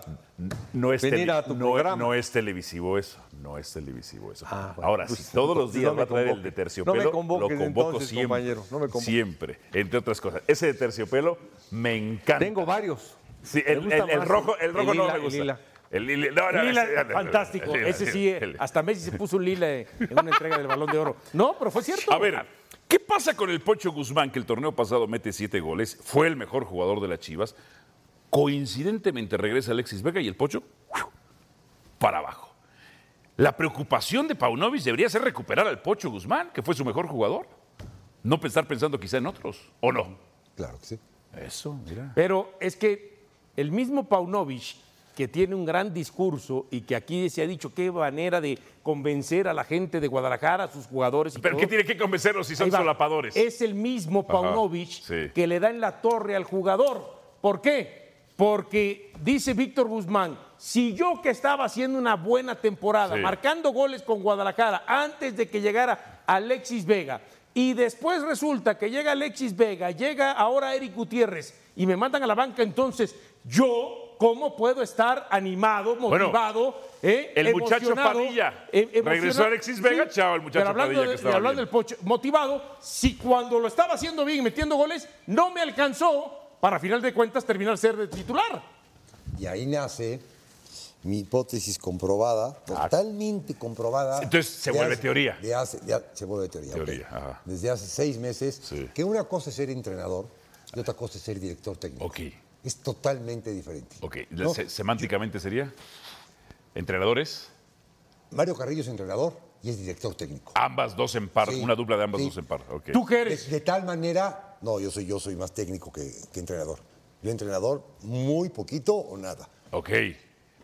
Speaker 5: no es
Speaker 8: venir
Speaker 5: tele-
Speaker 8: a tu
Speaker 5: no,
Speaker 8: programa.
Speaker 5: no es televisivo eso, no es televisivo eso.
Speaker 8: bueno,
Speaker 5: Ahora,
Speaker 8: pues,
Speaker 5: si todos
Speaker 8: no,
Speaker 5: los días
Speaker 8: no me
Speaker 5: va a traer el
Speaker 8: convoque.
Speaker 5: de terciopelo,
Speaker 8: No me convoques
Speaker 5: lo convoco
Speaker 8: entonces,
Speaker 5: siempre.
Speaker 8: compañero, no me convoques.
Speaker 5: Siempre, entre otras cosas. Ese de terciopelo me encanta. Tengo
Speaker 8: varios.
Speaker 5: Sí,
Speaker 3: Me
Speaker 5: el,
Speaker 3: gusta
Speaker 5: el- el
Speaker 3: más
Speaker 5: rojo, el
Speaker 3: el
Speaker 5: rojo no
Speaker 3: lila,
Speaker 5: me
Speaker 3: el
Speaker 5: gusta.
Speaker 3: lila.
Speaker 5: El lila, no, no, no,
Speaker 3: Lila,
Speaker 5: ese- no, no, no,
Speaker 3: fantástico.
Speaker 5: el lila,
Speaker 3: Ese sí,
Speaker 5: el
Speaker 3: eh,
Speaker 5: lila.
Speaker 3: hasta Messi se puso un lila eh, en una entrega del balón de oro. No, pero fue cierto.
Speaker 5: A ver, ¿qué pasa con el Pocho Guzmán, que el torneo pasado mete siete goles, fue el mejor jugador de las Chivas? Coincidentemente regresa Alexis Vega y el Pocho ¡fiu! para abajo. La preocupación de Paunovic debería ser recuperar al Pocho Guzmán, que fue su mejor jugador. No pensar pensando quizá en otros, ¿o no?
Speaker 4: Claro que sí.
Speaker 5: Eso, mira.
Speaker 3: Pero es que el mismo Paunovic, que tiene un gran discurso y que aquí se ha dicho qué manera de convencer a la gente de Guadalajara, a sus jugadores. y
Speaker 5: ¿Pero
Speaker 3: todo.
Speaker 5: qué tiene que convencernos si
Speaker 3: Ahí
Speaker 5: son
Speaker 3: va.
Speaker 5: solapadores?
Speaker 3: Es el mismo
Speaker 5: Ajá,
Speaker 3: Paunovic
Speaker 5: sí.
Speaker 3: que le da en la torre al jugador. ¿Por qué? Porque dice Víctor Guzmán, si yo que estaba haciendo una buena temporada,
Speaker 5: Sí.
Speaker 3: marcando goles con Guadalajara antes de que llegara Alexis Vega, y después resulta que llega Alexis Vega, llega ahora Eric Gutiérrez y me mandan a la banca, entonces yo, ¿cómo puedo estar animado,
Speaker 5: Bueno,
Speaker 3: motivado? eh,
Speaker 5: el muchacho
Speaker 3: emocionado,
Speaker 5: Padilla.
Speaker 3: eh,
Speaker 5: Regresó
Speaker 3: emocionado?
Speaker 5: Alexis Vega, chao, el muchacho
Speaker 3: pero hablando
Speaker 5: Padilla que
Speaker 3: de-
Speaker 5: estaba
Speaker 3: hablando
Speaker 5: bien.
Speaker 3: del Pocho, motivado, si cuando lo estaba haciendo bien y metiendo goles, no me alcanzó para a final de cuentas terminar ser de titular.
Speaker 4: Y ahí nace mi hipótesis comprobada, totalmente comprobada.
Speaker 5: Ah. Entonces, se
Speaker 4: de
Speaker 5: vuelve
Speaker 4: hace-
Speaker 5: teoría.
Speaker 4: de hace- de ha- se vuelve teoría.
Speaker 5: Teoría,
Speaker 4: ok.
Speaker 5: ajá.
Speaker 4: Desde hace seis meses, que una cosa es ser entrenador y otra cosa es ser director técnico. Es totalmente diferente.
Speaker 5: Ok,
Speaker 4: No.
Speaker 5: se- semánticamente sería. ¿Entrenadores?
Speaker 4: Mario Carrillo es entrenador y es director técnico.
Speaker 5: Ambas dos en par,
Speaker 4: Sí,
Speaker 5: una dupla de ambas
Speaker 4: sí.
Speaker 5: dos en par. ok.
Speaker 4: qué eres? De, de tal manera, no, yo soy, yo soy más técnico que, que entrenador. Yo entrenador muy poquito o nada.
Speaker 5: Ok.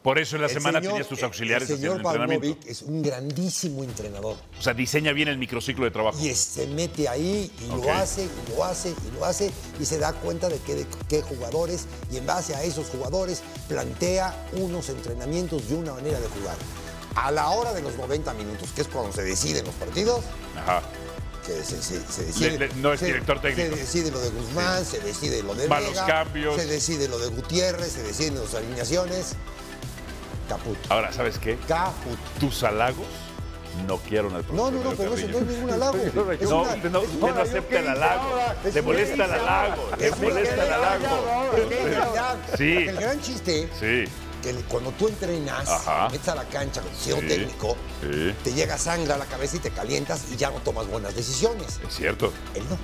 Speaker 5: Por eso en la
Speaker 4: El
Speaker 5: semana
Speaker 4: señor-
Speaker 5: tenías tus auxiliares
Speaker 4: El
Speaker 5: haciendo
Speaker 4: señor
Speaker 5: el entrenamiento.
Speaker 4: Pavlovic es un grandísimo entrenador.
Speaker 5: O sea, diseña bien el microciclo de trabajo.
Speaker 4: Y se mete ahí y
Speaker 5: Ok.
Speaker 4: lo hace, y lo hace, y lo hace, y se da cuenta de qué, de qué jugadores, y en base a esos jugadores plantea unos entrenamientos y una manera de jugar. A la hora de los 90 minutos, que es cuando se deciden los partidos,
Speaker 5: Ajá.
Speaker 4: que se, se- se decide.
Speaker 5: Le- le- no es
Speaker 4: se-
Speaker 5: director técnico.
Speaker 4: Se decide lo de Guzmán, se decide lo de
Speaker 5: Va los
Speaker 4: Vega,
Speaker 5: cambios.
Speaker 4: se decide lo de Gutiérrez, se deciden las alineaciones. Caput.
Speaker 5: Ahora, ¿sabes qué? Tus halagos noquearon al
Speaker 4: No, no,
Speaker 5: profesor.
Speaker 4: no,
Speaker 5: Mario
Speaker 4: pero eso no
Speaker 5: Carrillo.
Speaker 4: es ningún halago. Es
Speaker 5: No,
Speaker 4: una-
Speaker 5: usted no,
Speaker 4: es
Speaker 5: usted
Speaker 4: una-
Speaker 5: no acepta el halago.
Speaker 4: Es
Speaker 5: Le
Speaker 4: una-
Speaker 5: molesta el halago. Le
Speaker 4: Es una-
Speaker 5: molesta el halago.
Speaker 4: Es una-
Speaker 5: Sí.
Speaker 4: El gran chiste
Speaker 5: Sí.
Speaker 4: porque el- cuando tú entrenas,
Speaker 5: Ajá.
Speaker 4: metes a la cancha con CEO
Speaker 5: Sí,
Speaker 4: técnico,
Speaker 5: sí.
Speaker 4: te llega sangre a la cabeza y te calientas y ya no tomas buenas decisiones.
Speaker 5: Es cierto.
Speaker 4: Él no.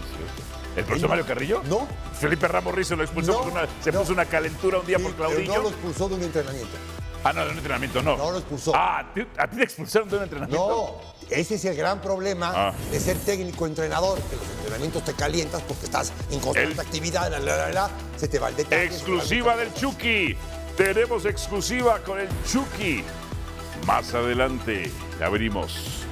Speaker 5: ¿El profesor
Speaker 4: no.
Speaker 5: Mario Carrillo?
Speaker 4: No.
Speaker 5: Felipe Ramos Rizo lo expulsó
Speaker 4: No,
Speaker 5: por una, se puso una calentura un día por
Speaker 4: Pero
Speaker 5: Claudillo.
Speaker 4: no lo expulsó de un entrenamiento.
Speaker 5: Ah, no, de un entrenamiento no. No lo
Speaker 4: expulsó.
Speaker 5: Ah, ¿a ti- a ti te expulsaron de un entrenamiento.
Speaker 4: No, ese es el gran problema
Speaker 5: Ah.
Speaker 4: de ser técnico entrenador, que los entrenamientos te calientas porque estás en constante
Speaker 5: El-
Speaker 4: actividad, la, la, la, la, se te va el detalle.
Speaker 5: Exclusiva del Chucky. Tenemos exclusiva con el Chucky. Más adelante la abrimos.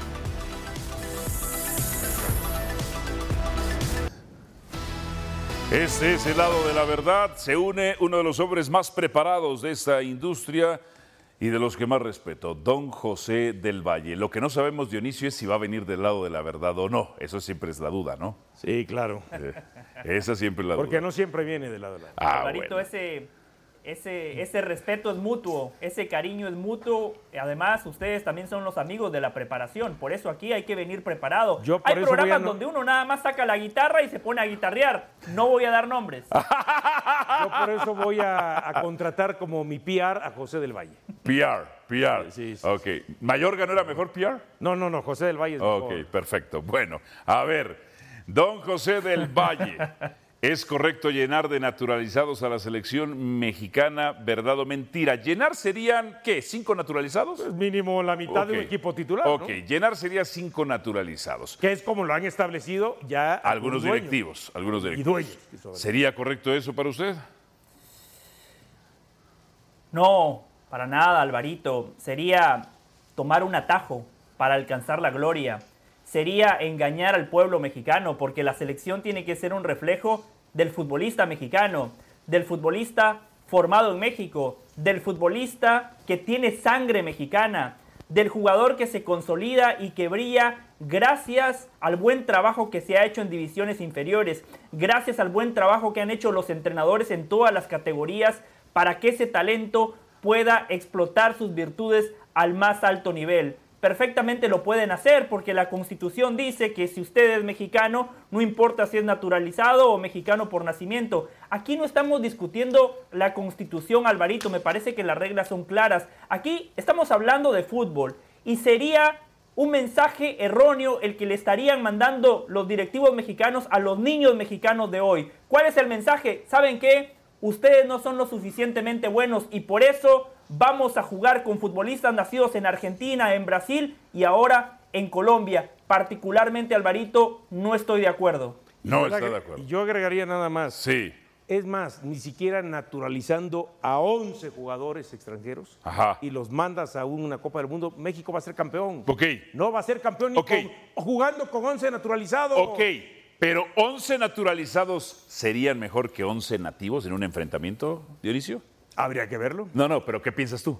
Speaker 5: Este es el lado de la verdad. Se une uno de los hombres más preparados de esta industria y de los que más respeto, don José del Valle. Lo que no sabemos, Dionisio, es si va a venir del lado de la verdad o no. Eso siempre es la duda, ¿no? Eh,
Speaker 12: Sí, claro.
Speaker 5: esa siempre es la
Speaker 3: Porque
Speaker 5: duda.
Speaker 3: no siempre viene de lado de la
Speaker 5: Ah,
Speaker 13: Alvarito,
Speaker 5: bueno.
Speaker 13: ese, ese, ese respeto es mutuo, ese cariño es mutuo. Además, ustedes también son los amigos de la preparación. Por eso aquí hay que venir preparado.
Speaker 3: Yo por
Speaker 13: hay
Speaker 3: eso voy a
Speaker 13: programas
Speaker 3: no-
Speaker 13: donde uno nada más saca la guitarra y se pone a guitarrear. No voy a dar nombres.
Speaker 3: Ah. Yo por eso voy a, a contratar como mi PR a José del Valle.
Speaker 5: PR, PR. Ok. ¿Mayorga no era mejor PR?
Speaker 3: No, no, no, José del Valle es
Speaker 5: Ok,
Speaker 3: mejor.
Speaker 5: perfecto. Bueno, a ver, don José del Valle, ¿es correcto llenar de naturalizados a la selección mexicana, verdad o mentira? ¿Llenar serían qué? ¿Cinco naturalizados?
Speaker 3: Pues mínimo la mitad de un equipo titular, ¿no?
Speaker 5: Ok, llenar sería cinco naturalizados.
Speaker 3: Que es como lo han establecido ya
Speaker 5: Algunos
Speaker 3: algunos dueños.
Speaker 5: directivos, algunos directivos.
Speaker 3: dueños, que son-
Speaker 5: ¿Sería correcto eso para usted?
Speaker 13: No, para nada, Alvarito. Sería tomar un atajo para alcanzar la gloria. Sería engañar al pueblo mexicano, porque la selección tiene que ser un reflejo del futbolista mexicano, del futbolista formado en México, del futbolista que tiene sangre mexicana, del jugador que se consolida y que brilla gracias al buen trabajo que se ha hecho en divisiones inferiores, gracias al buen trabajo que han hecho los entrenadores en todas las categorías para que ese talento pueda explotar sus virtudes al más alto nivel. Perfectamente lo pueden hacer porque la constitución dice que si usted es mexicano, no importa si es naturalizado o mexicano por nacimiento. Aquí no estamos discutiendo la constitución, Alvarito, me parece que las reglas son claras. Aquí estamos hablando de fútbol y sería un mensaje erróneo el que le estarían mandando los directivos mexicanos a los niños mexicanos de hoy. ¿Cuál es el mensaje? ¿Saben qué? Ustedes no son lo suficientemente buenos y por eso vamos a jugar con futbolistas nacidos en Argentina, en Brasil y ahora en Colombia. Particularmente, Alvarito, no estoy de acuerdo.
Speaker 5: No
Speaker 3: Yo
Speaker 5: está
Speaker 3: agre-
Speaker 5: de acuerdo.
Speaker 3: y Yo agregaría nada más.
Speaker 5: Sí.
Speaker 3: Es más, ni siquiera naturalizando a 11 jugadores extranjeros
Speaker 5: Ajá.
Speaker 3: y los mandas a una Copa del Mundo, México va a ser campeón.
Speaker 5: Ok.
Speaker 3: No va a ser campeón ni con- jugando con 11 naturalizados.
Speaker 5: Ok, pero 11 naturalizados serían mejor que 11 nativos en un enfrentamiento, Dionisio?
Speaker 3: Habría que verlo.
Speaker 5: No, no, pero ¿qué piensas tú?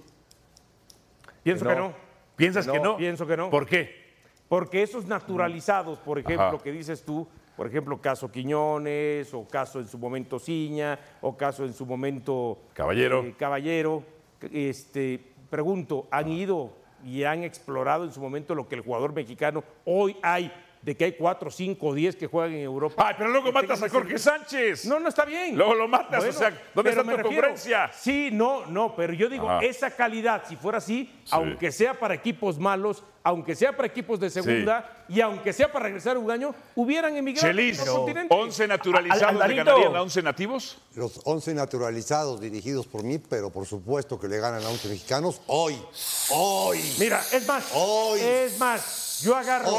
Speaker 3: Pienso que no.
Speaker 5: ¿Piensas que no?
Speaker 3: Pienso que no.
Speaker 5: ¿Por qué?
Speaker 3: Porque esos naturalizados, por ejemplo,
Speaker 5: Ajá.
Speaker 3: que dices tú, por ejemplo, caso Quiñones, o caso en su momento Ciña, o caso en su momento
Speaker 5: Caballero.
Speaker 3: eh, Caballero, este, pregunto, ¿han ido y han explorado en su momento lo que el jugador mexicano hoy hay? De que hay cuatro, cinco, diez que juegan en Europa. Ay,
Speaker 5: pero luego matas a Jorge Sánchez.
Speaker 3: No, no está bien.
Speaker 5: Luego lo matas, o sea, ¿dónde
Speaker 3: pero
Speaker 5: está
Speaker 3: me
Speaker 5: tu
Speaker 3: refiero-
Speaker 5: congruencia?
Speaker 3: Sí, no, no, pero yo digo,
Speaker 5: Ajá.
Speaker 3: esa calidad, si fuera así, aunque sea para equipos malos, aunque sea para equipos de segunda y aunque sea para regresar un año, hubieran emigrado
Speaker 5: Chelis,
Speaker 3: al continente.
Speaker 5: 11 naturalizados le ganarían a 11 nativos.
Speaker 14: Los 11 naturalizados dirigidos por mí, pero por supuesto que le ganan a 11 mexicanos hoy. Hoy.
Speaker 3: Mira, es más, es más, yo agarro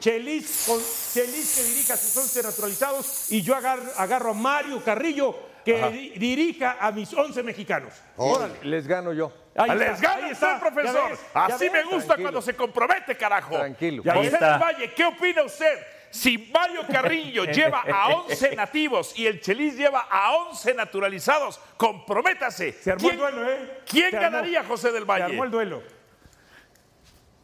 Speaker 3: Chelis, con, Chelis que dirija a sus 11 naturalizados y yo agar- agarro, a Mario Carrillo que
Speaker 8: Ajá.
Speaker 3: di- dirija a mis 11 mexicanos. Órale. Ah,
Speaker 8: Les gano yo.
Speaker 5: Les gana usted,
Speaker 3: ahí está,
Speaker 5: profesor.
Speaker 3: ya ves, ya
Speaker 5: Así
Speaker 3: ves.
Speaker 5: me gusta
Speaker 3: Tranquilo.
Speaker 5: cuando se compromete, carajo.
Speaker 8: Tranquilo.
Speaker 5: José
Speaker 8: Ahí está.
Speaker 5: del Valle, ¿qué opina usted? Si Mario Carrillo lleva a 11 nativos y el Chelis lleva a 11 naturalizados, comprométase.
Speaker 3: armó el
Speaker 5: ¿Quién-
Speaker 3: duelo, ¿eh?
Speaker 5: ¿Quién
Speaker 3: Se armó.
Speaker 5: ganaría, José del Valle?
Speaker 3: armó el duelo.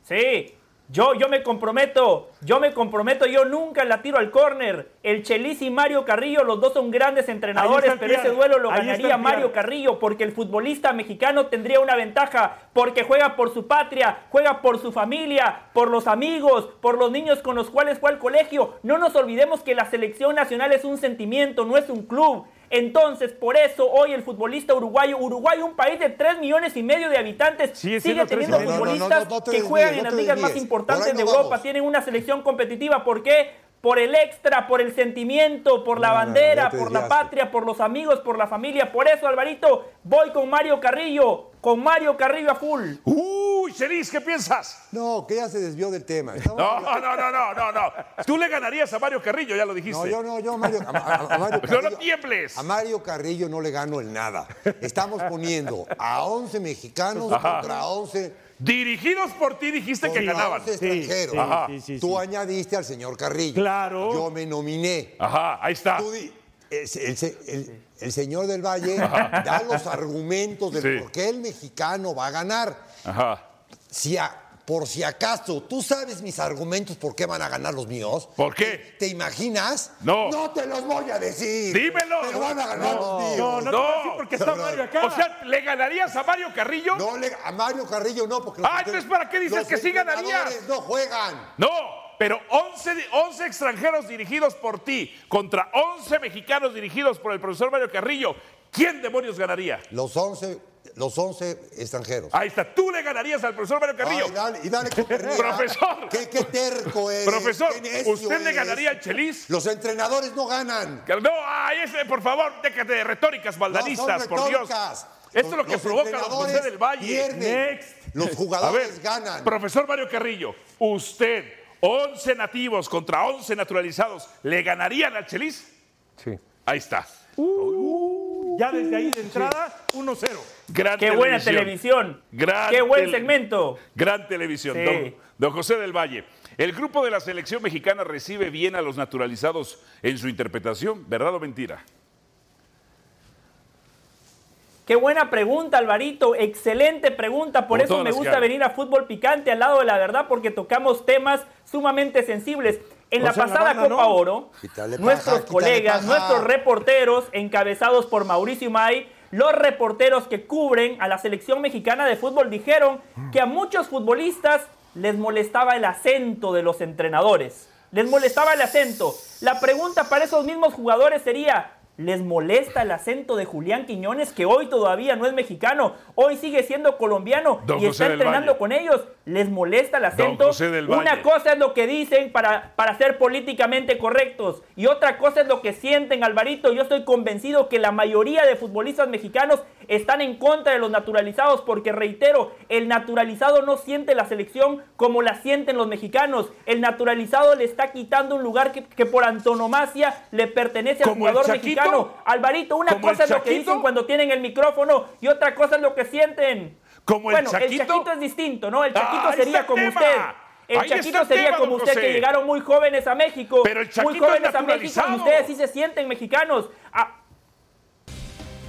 Speaker 13: Sí, yo, yo me comprometo, yo me comprometo, yo nunca la tiro al córner. El Chelis y Mario Carrillo, los dos son grandes
Speaker 3: Ahí está
Speaker 13: entrenadores,
Speaker 3: el
Speaker 13: pero
Speaker 3: PR.
Speaker 13: ese duelo lo
Speaker 3: Ahí está
Speaker 13: ganaría
Speaker 3: el
Speaker 13: Mario
Speaker 3: PR.
Speaker 13: Carrillo porque el futbolista mexicano tendría una ventaja, porque juega por su patria, juega por su familia, por los amigos, por los niños con los cuales fue al colegio. No nos olvidemos que la selección nacional es un sentimiento, no es un club. Entonces, por eso hoy el futbolista uruguayo, Uruguay, un país de 3 millones y medio de habitantes, sigue,
Speaker 5: siendo tres
Speaker 13: teniendo
Speaker 5: y medio.
Speaker 13: futbolistas
Speaker 5: No, no, no, no te
Speaker 13: que
Speaker 5: desvíes,
Speaker 13: juegan
Speaker 5: no
Speaker 13: en las
Speaker 5: te
Speaker 13: ligas más
Speaker 5: desvíes.
Speaker 13: importantes
Speaker 5: Por ahí
Speaker 13: de
Speaker 5: no
Speaker 13: Europa,
Speaker 5: vamos.
Speaker 13: tienen una selección competitiva. ¿Por qué? Por el extra, por el sentimiento, por la
Speaker 5: No, no, no,
Speaker 13: bandera,
Speaker 5: ya te
Speaker 13: por la
Speaker 5: desviaste.
Speaker 13: patria, por los amigos, por la familia. Por eso, Alvarito, voy con Mario Carrillo, con Mario Carrillo a full.
Speaker 5: Uy, Chelis, ¿qué piensas?
Speaker 4: No, que ya se desvió del tema. Estamos
Speaker 5: No, no, no, no, no, no. Tú le ganarías a Mario Carrillo, ya lo dijiste.
Speaker 4: No, yo no, yo a Mario, a- a- a Mario
Speaker 5: No lo
Speaker 4: Carrillo-
Speaker 5: tiembles.
Speaker 4: a Mario Carrillo no le gano en nada. Estamos poniendo a 11 mexicanos
Speaker 5: Ajá.
Speaker 4: contra 11
Speaker 5: Dirigidos por ti dijiste que
Speaker 4: contra
Speaker 5: ganaban.
Speaker 4: 11 extranjeros.
Speaker 5: Ajá.
Speaker 4: Tú añadiste al señor Carrillo. Claro. Yo me nominé.
Speaker 5: Ajá, ahí está.
Speaker 4: Tú di- el, se- el se- el- el señor del Valle da los argumentos del
Speaker 5: Sí.
Speaker 4: por qué el mexicano va a ganar.
Speaker 5: Ajá.
Speaker 4: Si a- por si acaso, tú sabes mis argumentos por qué van a ganar los míos.
Speaker 5: ¿Por qué?
Speaker 4: ¿Te imaginas?
Speaker 5: No.
Speaker 4: No te los voy a decir.
Speaker 5: Dímelo.
Speaker 4: Pero van a ganar los míos.
Speaker 5: O sea, ¿le ganarías a Mario Carrillo?
Speaker 4: No, le- a Mario Carrillo no, porque.
Speaker 5: Ah, entonces, ¿para qué dices
Speaker 4: los
Speaker 5: que sí ganarías?
Speaker 4: entrenadores No juegan.
Speaker 5: No, pero 11, di- 11 extranjeros dirigidos por ti contra 11 mexicanos dirigidos por el profesor Mario Carrillo. ¿Quién demonios ganaría?
Speaker 4: Los 11, los 11 extranjeros.
Speaker 5: Ahí está, tú le ganarías al profesor Mario Carrillo.
Speaker 4: Ay, dale, y dale con pernil,
Speaker 5: Profesor.
Speaker 4: ¿Qué, qué terco es.
Speaker 5: Profesor, ¿usted le ganaría al Chelis?
Speaker 4: Los entrenadores no ganan.
Speaker 5: No, ay, ese, por favor, déjate de retóricas baldanistas,
Speaker 4: No, son
Speaker 5: por Dios.
Speaker 4: retóricas.
Speaker 5: Esto es lo que
Speaker 4: Los
Speaker 5: provoca los
Speaker 4: entrenadores
Speaker 5: José del Valle.
Speaker 4: pierden. Los
Speaker 5: A
Speaker 4: jugadores
Speaker 5: ver,
Speaker 4: ganan.
Speaker 5: Profesor Mario Carrillo, usted, 11 nativos contra 11 naturalizados, ¿le ganarían al Chelis?
Speaker 8: Sí.
Speaker 5: Ahí está.
Speaker 3: Ya desde ahí de entrada, 1-0.
Speaker 5: Gran
Speaker 13: Qué buena televisión.
Speaker 5: Gran
Speaker 13: Qué buen
Speaker 5: tele-
Speaker 13: segmento.
Speaker 5: Gran televisión.
Speaker 13: Sí.
Speaker 5: Don, don José del Valle, el grupo de la selección mexicana recibe bien a los naturalizados en su interpretación, ¿verdad o mentira?
Speaker 13: Qué buena pregunta, Alvarito. Excelente pregunta. Por
Speaker 5: Como
Speaker 13: eso
Speaker 5: todas
Speaker 13: me
Speaker 5: las que
Speaker 13: gusta
Speaker 5: hago.
Speaker 13: venir a Fútbol Picante al lado de la verdad, porque tocamos temas sumamente sensibles. En
Speaker 4: O
Speaker 13: la
Speaker 4: sea, la
Speaker 13: pasada
Speaker 4: banda, ¿no?
Speaker 13: Copa Oro,
Speaker 4: Quítale paja,
Speaker 13: nuestros
Speaker 4: quítale
Speaker 13: colegas,
Speaker 4: paja.
Speaker 13: nuestros reporteros, encabezados por Mauricio May, los reporteros que cubren a la selección mexicana de fútbol dijeron que a muchos futbolistas les molestaba el acento de los entrenadores. Les molestaba el acento. La pregunta para esos mismos jugadores sería, ¿les molesta el acento de Julián Quiñones que hoy todavía no es mexicano? Hoy sigue siendo colombiano
Speaker 5: Don
Speaker 13: y
Speaker 5: José
Speaker 13: está
Speaker 5: del
Speaker 13: entrenando
Speaker 5: Valle.
Speaker 13: con ellos. ¿Les molesta el
Speaker 5: Don
Speaker 13: acento?
Speaker 5: José del
Speaker 13: Una
Speaker 5: Valle.
Speaker 13: cosa es lo que dicen para, para ser políticamente correctos y otra cosa es lo que sienten, Alvarito. Yo estoy convencido que la mayoría de futbolistas mexicanos están en contra de los naturalizados porque, reitero, el naturalizado no siente la selección como la sienten los mexicanos. El naturalizado le está quitando un lugar que, que por antonomasia le pertenece al
Speaker 5: ¿Como el
Speaker 13: jugador
Speaker 5: Chaquito?
Speaker 13: mexicano. Alvarito, una
Speaker 5: ¿Como el
Speaker 13: cosa es lo que
Speaker 5: Chaquito?
Speaker 13: dicen cuando tienen el micrófono y otra cosa es lo que sienten.
Speaker 5: ¿Como el
Speaker 13: bueno,
Speaker 5: Chaquito?
Speaker 13: el Chaquito es distinto, ¿no? El Chaquito
Speaker 5: Ah, ahí está
Speaker 13: sería
Speaker 5: el
Speaker 13: como
Speaker 5: tema.
Speaker 13: usted. El
Speaker 5: Ahí está
Speaker 13: Chaquito
Speaker 5: el
Speaker 13: sería
Speaker 5: tema,
Speaker 13: como
Speaker 5: don
Speaker 13: usted,
Speaker 5: José.
Speaker 13: que llegaron muy jóvenes a México.
Speaker 5: Pero el
Speaker 13: muy
Speaker 5: Chaquito es
Speaker 13: jóvenes a México. y
Speaker 5: naturalizado.
Speaker 13: Ustedes sí se sienten mexicanos. Ah,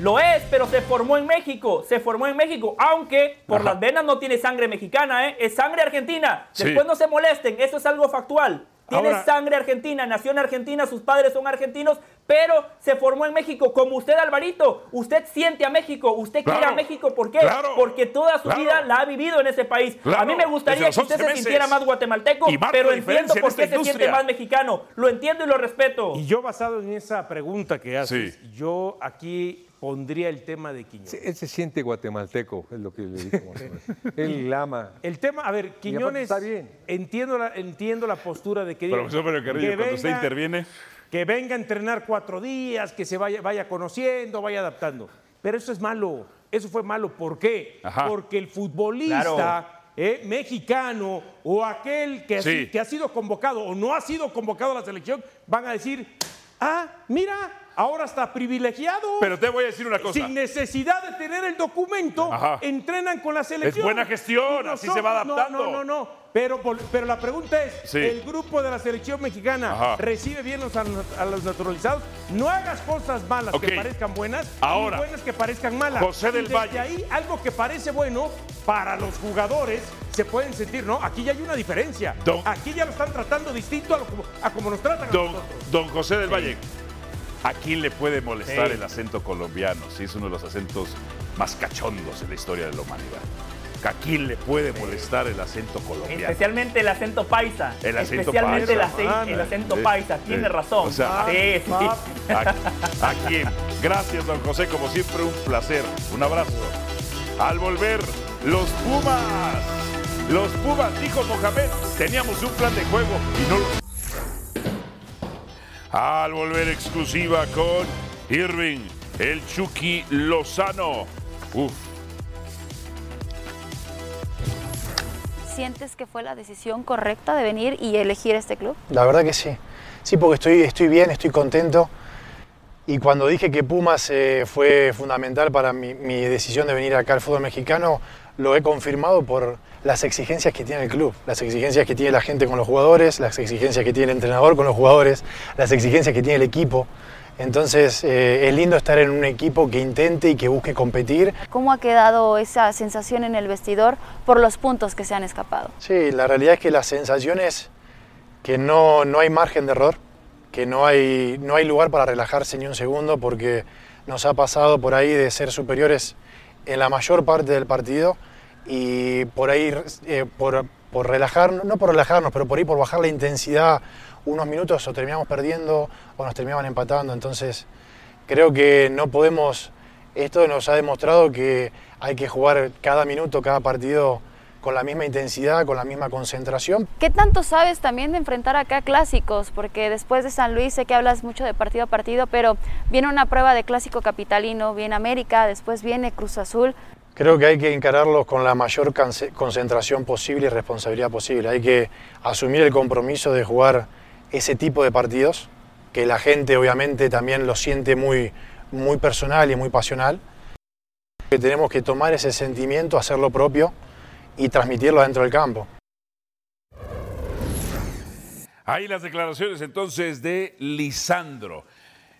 Speaker 13: lo es, pero se formó en México. Se formó en México, aunque por
Speaker 5: Ajá.
Speaker 13: las venas no tiene sangre mexicana, ¿eh? Es sangre argentina.
Speaker 5: Sí.
Speaker 13: Después no se molesten, eso es algo factual. Tiene
Speaker 5: Ahora-
Speaker 13: sangre argentina, nació en Argentina, sus padres son argentinos, pero se formó en México. Como usted, Alvarito, usted siente a México, usted quiere a
Speaker 5: Claro.
Speaker 13: México. ¿Por qué?
Speaker 5: Claro.
Speaker 13: Porque toda su
Speaker 5: Claro.
Speaker 13: vida la ha vivido en ese país. a
Speaker 5: Claro.
Speaker 13: mí me gustaría que
Speaker 5: Desde los
Speaker 13: usted
Speaker 5: 11
Speaker 13: se sintiera
Speaker 5: meses.
Speaker 13: más guatemalteco,
Speaker 5: Y marca
Speaker 13: pero
Speaker 5: la
Speaker 13: entiendo
Speaker 5: diferencia en
Speaker 13: por qué
Speaker 5: esta
Speaker 13: se siente
Speaker 5: industria.
Speaker 13: más mexicano. Lo entiendo y lo respeto.
Speaker 3: Y yo basado en esa pregunta que haces, yo aquí pondría el tema de Quiñones.
Speaker 8: Sí, Él se siente guatemalteco, es lo que le digo. Él ama.
Speaker 3: El tema, a ver, Quiñones,
Speaker 8: está bien.
Speaker 3: Entiendo, la, entiendo la postura de que diga,
Speaker 5: Profesor Mario Carrillo,
Speaker 3: que
Speaker 5: cuando usted
Speaker 3: venga-
Speaker 5: interviene.
Speaker 3: Que venga a entrenar cuatro días, que se vaya, vaya conociendo, vaya adaptando. Pero eso es malo, eso fue malo. ¿Por qué?
Speaker 5: Ajá.
Speaker 3: Porque el futbolista
Speaker 5: Claro.
Speaker 3: eh, mexicano o aquel que, ha
Speaker 5: Sí.
Speaker 3: si- que ha sido convocado o no ha sido convocado a la selección van a decir, ah, mira, ahora está privilegiado.
Speaker 5: Pero te voy a decir una cosa.
Speaker 3: Sin necesidad de tener el documento,
Speaker 5: Ajá.
Speaker 3: entrenan con la selección.
Speaker 5: buena gestión,
Speaker 3: Y
Speaker 5: así se va
Speaker 3: nosotros-
Speaker 5: adaptando.
Speaker 3: No, no, no, no. Pero, vol- pero la pregunta es,
Speaker 5: Sí.
Speaker 3: ¿el grupo de la selección mexicana
Speaker 5: Ajá.
Speaker 3: recibe bien los, a, a los naturalizados? No hagas cosas malas
Speaker 5: Ok.
Speaker 3: que parezcan buenas
Speaker 5: Ahora.
Speaker 3: y buenas que parezcan malas.
Speaker 5: José del
Speaker 3: y desde
Speaker 5: Valle.
Speaker 3: ahí, algo que parece bueno para los jugadores se pueden sentir, ¿no? Aquí ya hay una diferencia. Aquí ya lo están tratando distinto a, lo como- a como nos tratan a
Speaker 5: Don,
Speaker 3: nosotros.
Speaker 5: don José del Valle, ¿a quién le puede molestar
Speaker 3: Sí.
Speaker 5: el acento colombiano? Sí, es uno de los acentos más cachondos en la historia de la humanidad. ¿A quién le puede molestar el acento colombiano?
Speaker 13: Especialmente el acento paisa.
Speaker 5: El acento
Speaker 13: Especialmente
Speaker 5: paisa. eh,
Speaker 13: el acen- el acento,
Speaker 5: Sí, ah,
Speaker 13: paisa. Tiene
Speaker 5: sí.
Speaker 13: razón.
Speaker 5: O sea,
Speaker 13: sí, sí.
Speaker 5: ¿A, a quién? ah, Gracias, don José. Como siempre, un placer. Un abrazo. Al volver, los Pumas. Los Pumas, dijo Mohamed. Teníamos un plan de juego y no lo. Al volver exclusiva con Irving, el Chucky Lozano. Uf,
Speaker 15: ¿Sientes que fue la decisión correcta de venir y elegir este club?
Speaker 1: La verdad que sí. Sí, porque estoy, estoy bien, estoy contento. Y cuando dije que Pumas eh, fue fundamental para mi, mi decisión de venir acá al fútbol mexicano, lo he confirmado por las exigencias que tiene el club, las exigencias que tiene la gente con los jugadores, las exigencias que tiene el entrenador con los jugadores, las exigencias que tiene el equipo. Entonces eh, es lindo estar en un equipo que intente y que busque competir.
Speaker 15: ¿Cómo ha quedado esa sensación en el vestidor por los puntos que se han escapado?
Speaker 1: Sí, la realidad es que la sensación es que no, no hay margen de error, que no hay, no hay lugar para relajarse ni un segundo porque nos ha pasado por ahí de ser superiores en la mayor parte del partido y por ahí, eh, por, por relajarnos, no por relajarnos, pero por ahí por bajar la intensidad unos minutos o terminamos perdiendo o nos terminaban empatando. Entonces creo que no podemos, esto nos ha demostrado que hay que jugar cada minuto, cada partido con la misma intensidad, con la misma concentración.
Speaker 15: ¿Qué tanto sabes también de enfrentar acá clásicos? Porque después de San Luis sé que hablas mucho de partido a partido, pero viene una prueba de clásico capitalino, viene América, después viene Cruz Azul.
Speaker 1: Creo que hay que encararlos con la mayor canse- concentración posible y responsabilidad posible. Hay que asumir el compromiso de jugar ese tipo de partidos, que la gente obviamente también lo siente muy, muy personal y muy pasional. Que tenemos que tomar ese sentimiento, hacerlo propio y transmitirlo dentro del campo.
Speaker 5: Ahí las declaraciones entonces de Lisandro.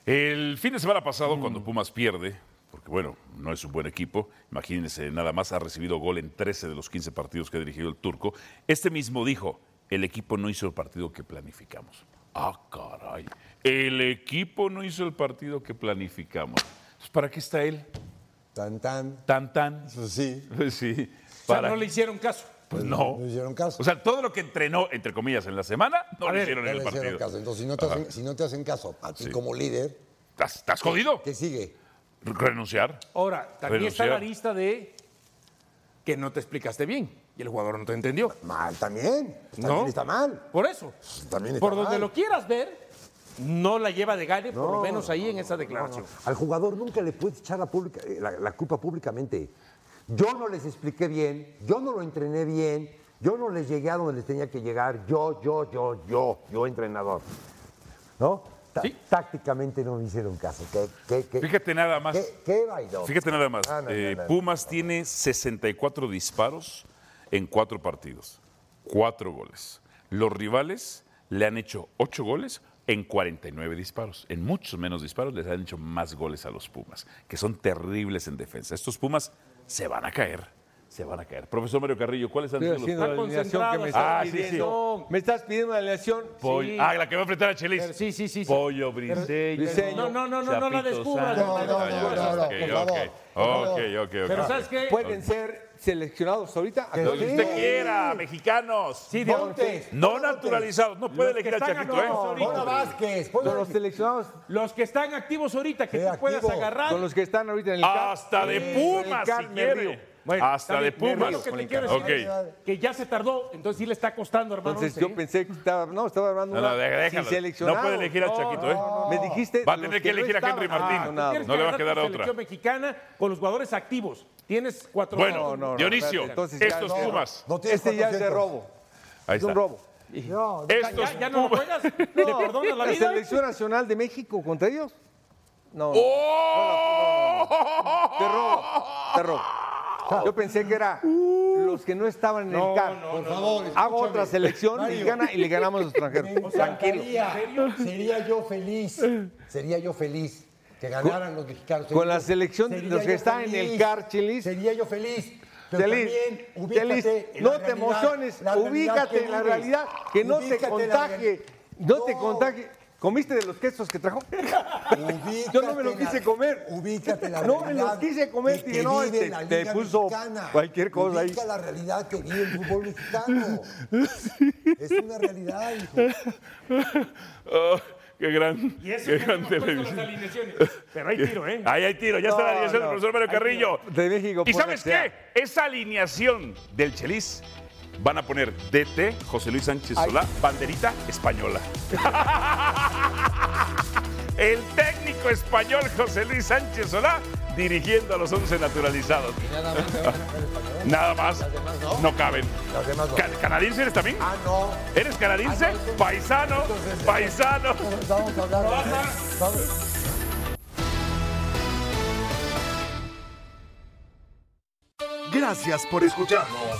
Speaker 5: El fin de semana pasado,
Speaker 4: Mm.
Speaker 5: cuando Pumas pierde, porque bueno, no es un buen equipo, imagínense, nada más ha recibido gol en 13 de los 15 partidos que ha dirigido el turco. Este mismo dijo, el equipo no hizo el partido que planificamos. Ah, caray. El equipo no hizo el partido que planificamos. Entonces, Pues, ¿Para qué está él?
Speaker 4: Tan tan.
Speaker 5: Tan tan.
Speaker 4: sí.
Speaker 5: sí.
Speaker 3: O sea,
Speaker 5: Para-
Speaker 3: no le hicieron caso.
Speaker 5: Pues no.
Speaker 4: No hicieron caso.
Speaker 5: O sea, todo lo que entrenó, entre comillas, en la semana, no
Speaker 4: A
Speaker 5: lo
Speaker 4: ver,
Speaker 5: hicieron
Speaker 4: no
Speaker 5: en el
Speaker 4: le hicieron
Speaker 5: partido.
Speaker 4: caso. Entonces, si no te
Speaker 5: Ajá.
Speaker 4: hacen, si no te hacen caso a ti
Speaker 5: Sí.
Speaker 4: como líder,
Speaker 5: ¿Estás, estás jodido?
Speaker 4: ¿Qué sigue?
Speaker 5: Renunciar.
Speaker 3: Ahora, también está la
Speaker 5: Renunciar.
Speaker 3: lista de que no te explicaste bien y el jugador no te entendió.
Speaker 4: Mal también.
Speaker 3: no.
Speaker 4: También está mal.
Speaker 3: Por eso.
Speaker 4: También está
Speaker 3: Por donde
Speaker 4: mal.
Speaker 3: lo quieras ver, no la lleva de gane, por lo
Speaker 16: No,
Speaker 3: menos ahí en esa declaración.
Speaker 16: Al jugador nunca le puedes echar la, pública- eh, la- la culpa públicamente. Yo no les expliqué bien, yo no lo entrené bien, yo no les llegué a donde les tenía que llegar, yo, yo, yo, yo, yo entrenador. ¿No? Ta- Tácticamente no me hicieron caso. ¿Qué, qué, qué-
Speaker 5: Fíjate nada más.
Speaker 16: qué- qué vaidoso.
Speaker 5: Fíjate nada más.
Speaker 16: Ah, no, no,
Speaker 5: eh,
Speaker 16: no, no.
Speaker 5: Pumas tiene 64 disparos en cuatro partidos. Cuatro goles. Los rivales le han hecho ocho goles en 49 disparos. En muchos menos disparos les han hecho más goles a los Pumas, que son terribles en defensa. Estos Pumas se van a caer. Se van a caer. Profesor Mario Carrillo, ¿cuáles han
Speaker 8: Estoy
Speaker 5: sido los
Speaker 8: haciendo la alineación que me estás
Speaker 5: Ah, sí, sí.
Speaker 8: pidiendo. Me estás pidiendo una alineación.
Speaker 5: Pollo-
Speaker 8: Sí.
Speaker 5: Ah, la que va a enfrentar a Chelis. Sí,
Speaker 3: sí, sí.
Speaker 5: Pollo, Briseño.
Speaker 8: Briseño. No, no, no, no, no la
Speaker 5: Chapito
Speaker 8: descubras.
Speaker 5: Sánchez.
Speaker 8: No, no,
Speaker 5: Ah, ya,
Speaker 8: no,
Speaker 5: ya,
Speaker 8: no, no,
Speaker 5: ok,
Speaker 8: por favor,
Speaker 5: ok.
Speaker 8: por favor.
Speaker 5: Ok, ok, ok.
Speaker 8: Pero ¿sabes qué? Pueden ser seleccionados ahorita.
Speaker 5: Lo que usted quiera, mexicanos.
Speaker 8: Sí, de Ponte.
Speaker 5: No naturalizados. No puede
Speaker 3: Los que
Speaker 5: elegir al
Speaker 3: están
Speaker 5: Chapito, ¿eh?
Speaker 3: activos ahorita.
Speaker 8: Con los seleccionados.
Speaker 3: Los que están activos ahorita, que tú puedas agarrar.
Speaker 8: Con los que están ahorita en el CAR.
Speaker 5: Hasta de
Speaker 8: Sí, en el
Speaker 5: Pumas,
Speaker 8: CAR
Speaker 5: si
Speaker 8: me río.
Speaker 5: quiere.
Speaker 8: Bueno,
Speaker 5: Hasta
Speaker 8: está
Speaker 5: de
Speaker 8: bien, me
Speaker 5: Pumas.
Speaker 8: río con
Speaker 3: Lo que
Speaker 8: el
Speaker 3: te quiero
Speaker 8: CAR.
Speaker 3: decir es
Speaker 8: Ok.
Speaker 3: que ya se tardó, entonces sí le está costando, hermano.
Speaker 8: Entonces
Speaker 3: ¿sí?
Speaker 8: yo pensé que estaba. No, estaba hablando.
Speaker 5: No,
Speaker 8: una-
Speaker 5: no, de- déjalo.
Speaker 8: sin seleccionado.
Speaker 5: No puede elegir al Chaquito, ¿eh?
Speaker 8: Me dijiste.
Speaker 5: Va a tener
Speaker 8: los
Speaker 5: que elegir a
Speaker 8: estaban
Speaker 5: Henry Martín.
Speaker 8: seleccionados.
Speaker 5: Tienes No le va a
Speaker 3: Agarrar tu
Speaker 5: quedar otra.
Speaker 3: selección mexicana con los jugadores activos. Tienes cuatro.
Speaker 5: Bueno,
Speaker 3: No, no, no,
Speaker 5: Dionisio,
Speaker 3: espérate.
Speaker 5: estos
Speaker 3: ya no.
Speaker 5: Pumas.
Speaker 3: No tienes
Speaker 8: Este ya es de
Speaker 3: 400.
Speaker 8: robo.
Speaker 5: Ahí
Speaker 8: es un
Speaker 5: está.
Speaker 8: robo.
Speaker 3: No, ya-
Speaker 8: Estos
Speaker 3: ya, ya no lo
Speaker 8: Pumas.
Speaker 3: juegas. ¿Le perdonas la
Speaker 8: ¿La
Speaker 3: vida? ¿eh?
Speaker 8: selección nacional de México contra ellos? No. no.
Speaker 5: ¡Oh!
Speaker 8: Te robo, te robo. Yo pensé que era
Speaker 5: Uh.
Speaker 8: los que no estaban en el CAR.
Speaker 3: no, Por no, favor, no.
Speaker 8: Hago otra
Speaker 3: escúchame.
Speaker 8: selección
Speaker 3: Mario.
Speaker 8: mexicana y le ganamos a los extranjeros. Tranquilo.
Speaker 4: Sería, sería yo feliz. Sería yo feliz que ganaran los mexicanos.
Speaker 8: con la selección de
Speaker 4: Sería
Speaker 8: los que
Speaker 4: yo
Speaker 8: están en el
Speaker 4: feliz.
Speaker 8: CAR, Chilis.
Speaker 4: Sería yo feliz. Pero
Speaker 8: Chelis,
Speaker 4: también
Speaker 8: Chelis,
Speaker 4: ubícate en
Speaker 8: no
Speaker 4: la
Speaker 8: te
Speaker 4: realidad,
Speaker 8: emociones,
Speaker 4: la realidad
Speaker 8: ubícate en la
Speaker 4: vives.
Speaker 8: realidad, que no te
Speaker 4: Ubícate en la
Speaker 8: contagie, no te contagie. ¿Comiste de los quesos que trajo? Yo no me los quise comer.
Speaker 4: Ubícate la
Speaker 8: No me
Speaker 4: realidad
Speaker 8: los quise comer,
Speaker 4: que
Speaker 8: dije, no,
Speaker 4: vive
Speaker 8: este,
Speaker 4: la Liga
Speaker 8: te puso
Speaker 4: Mexicana.
Speaker 8: cualquier cosa ahí.
Speaker 4: Ubica la realidad que vive el fútbol mexicano. es una realidad, hijo.
Speaker 5: Oh, Qué gran,
Speaker 3: Y eso
Speaker 5: qué
Speaker 3: que no
Speaker 5: gran
Speaker 3: hemos puesto
Speaker 5: televisión.
Speaker 3: las alineaciones. Pero hay tiro, ¿eh?
Speaker 5: Ahí hay tiro, ya está la alineación del profesor Mario Carrillo.
Speaker 17: De México.
Speaker 5: ¿Y
Speaker 17: pone
Speaker 5: sabes
Speaker 17: este
Speaker 5: qué? Esa alineación del Chelis van a poner DT, José Luis Sánchez
Speaker 17: Ay.
Speaker 5: Solá, banderita española. El técnico español José Luis Sánchez Solá dirigiendo a los 11 naturalizados. Nada más. no. caben.
Speaker 8: Las demás no.
Speaker 5: Ca- ¿Canadiense eres también? Ah, no. ¿Eres canadiense? paisano, paisano.
Speaker 8: Vamos a hablar. Vamos.
Speaker 4: Gracias por escucharnos.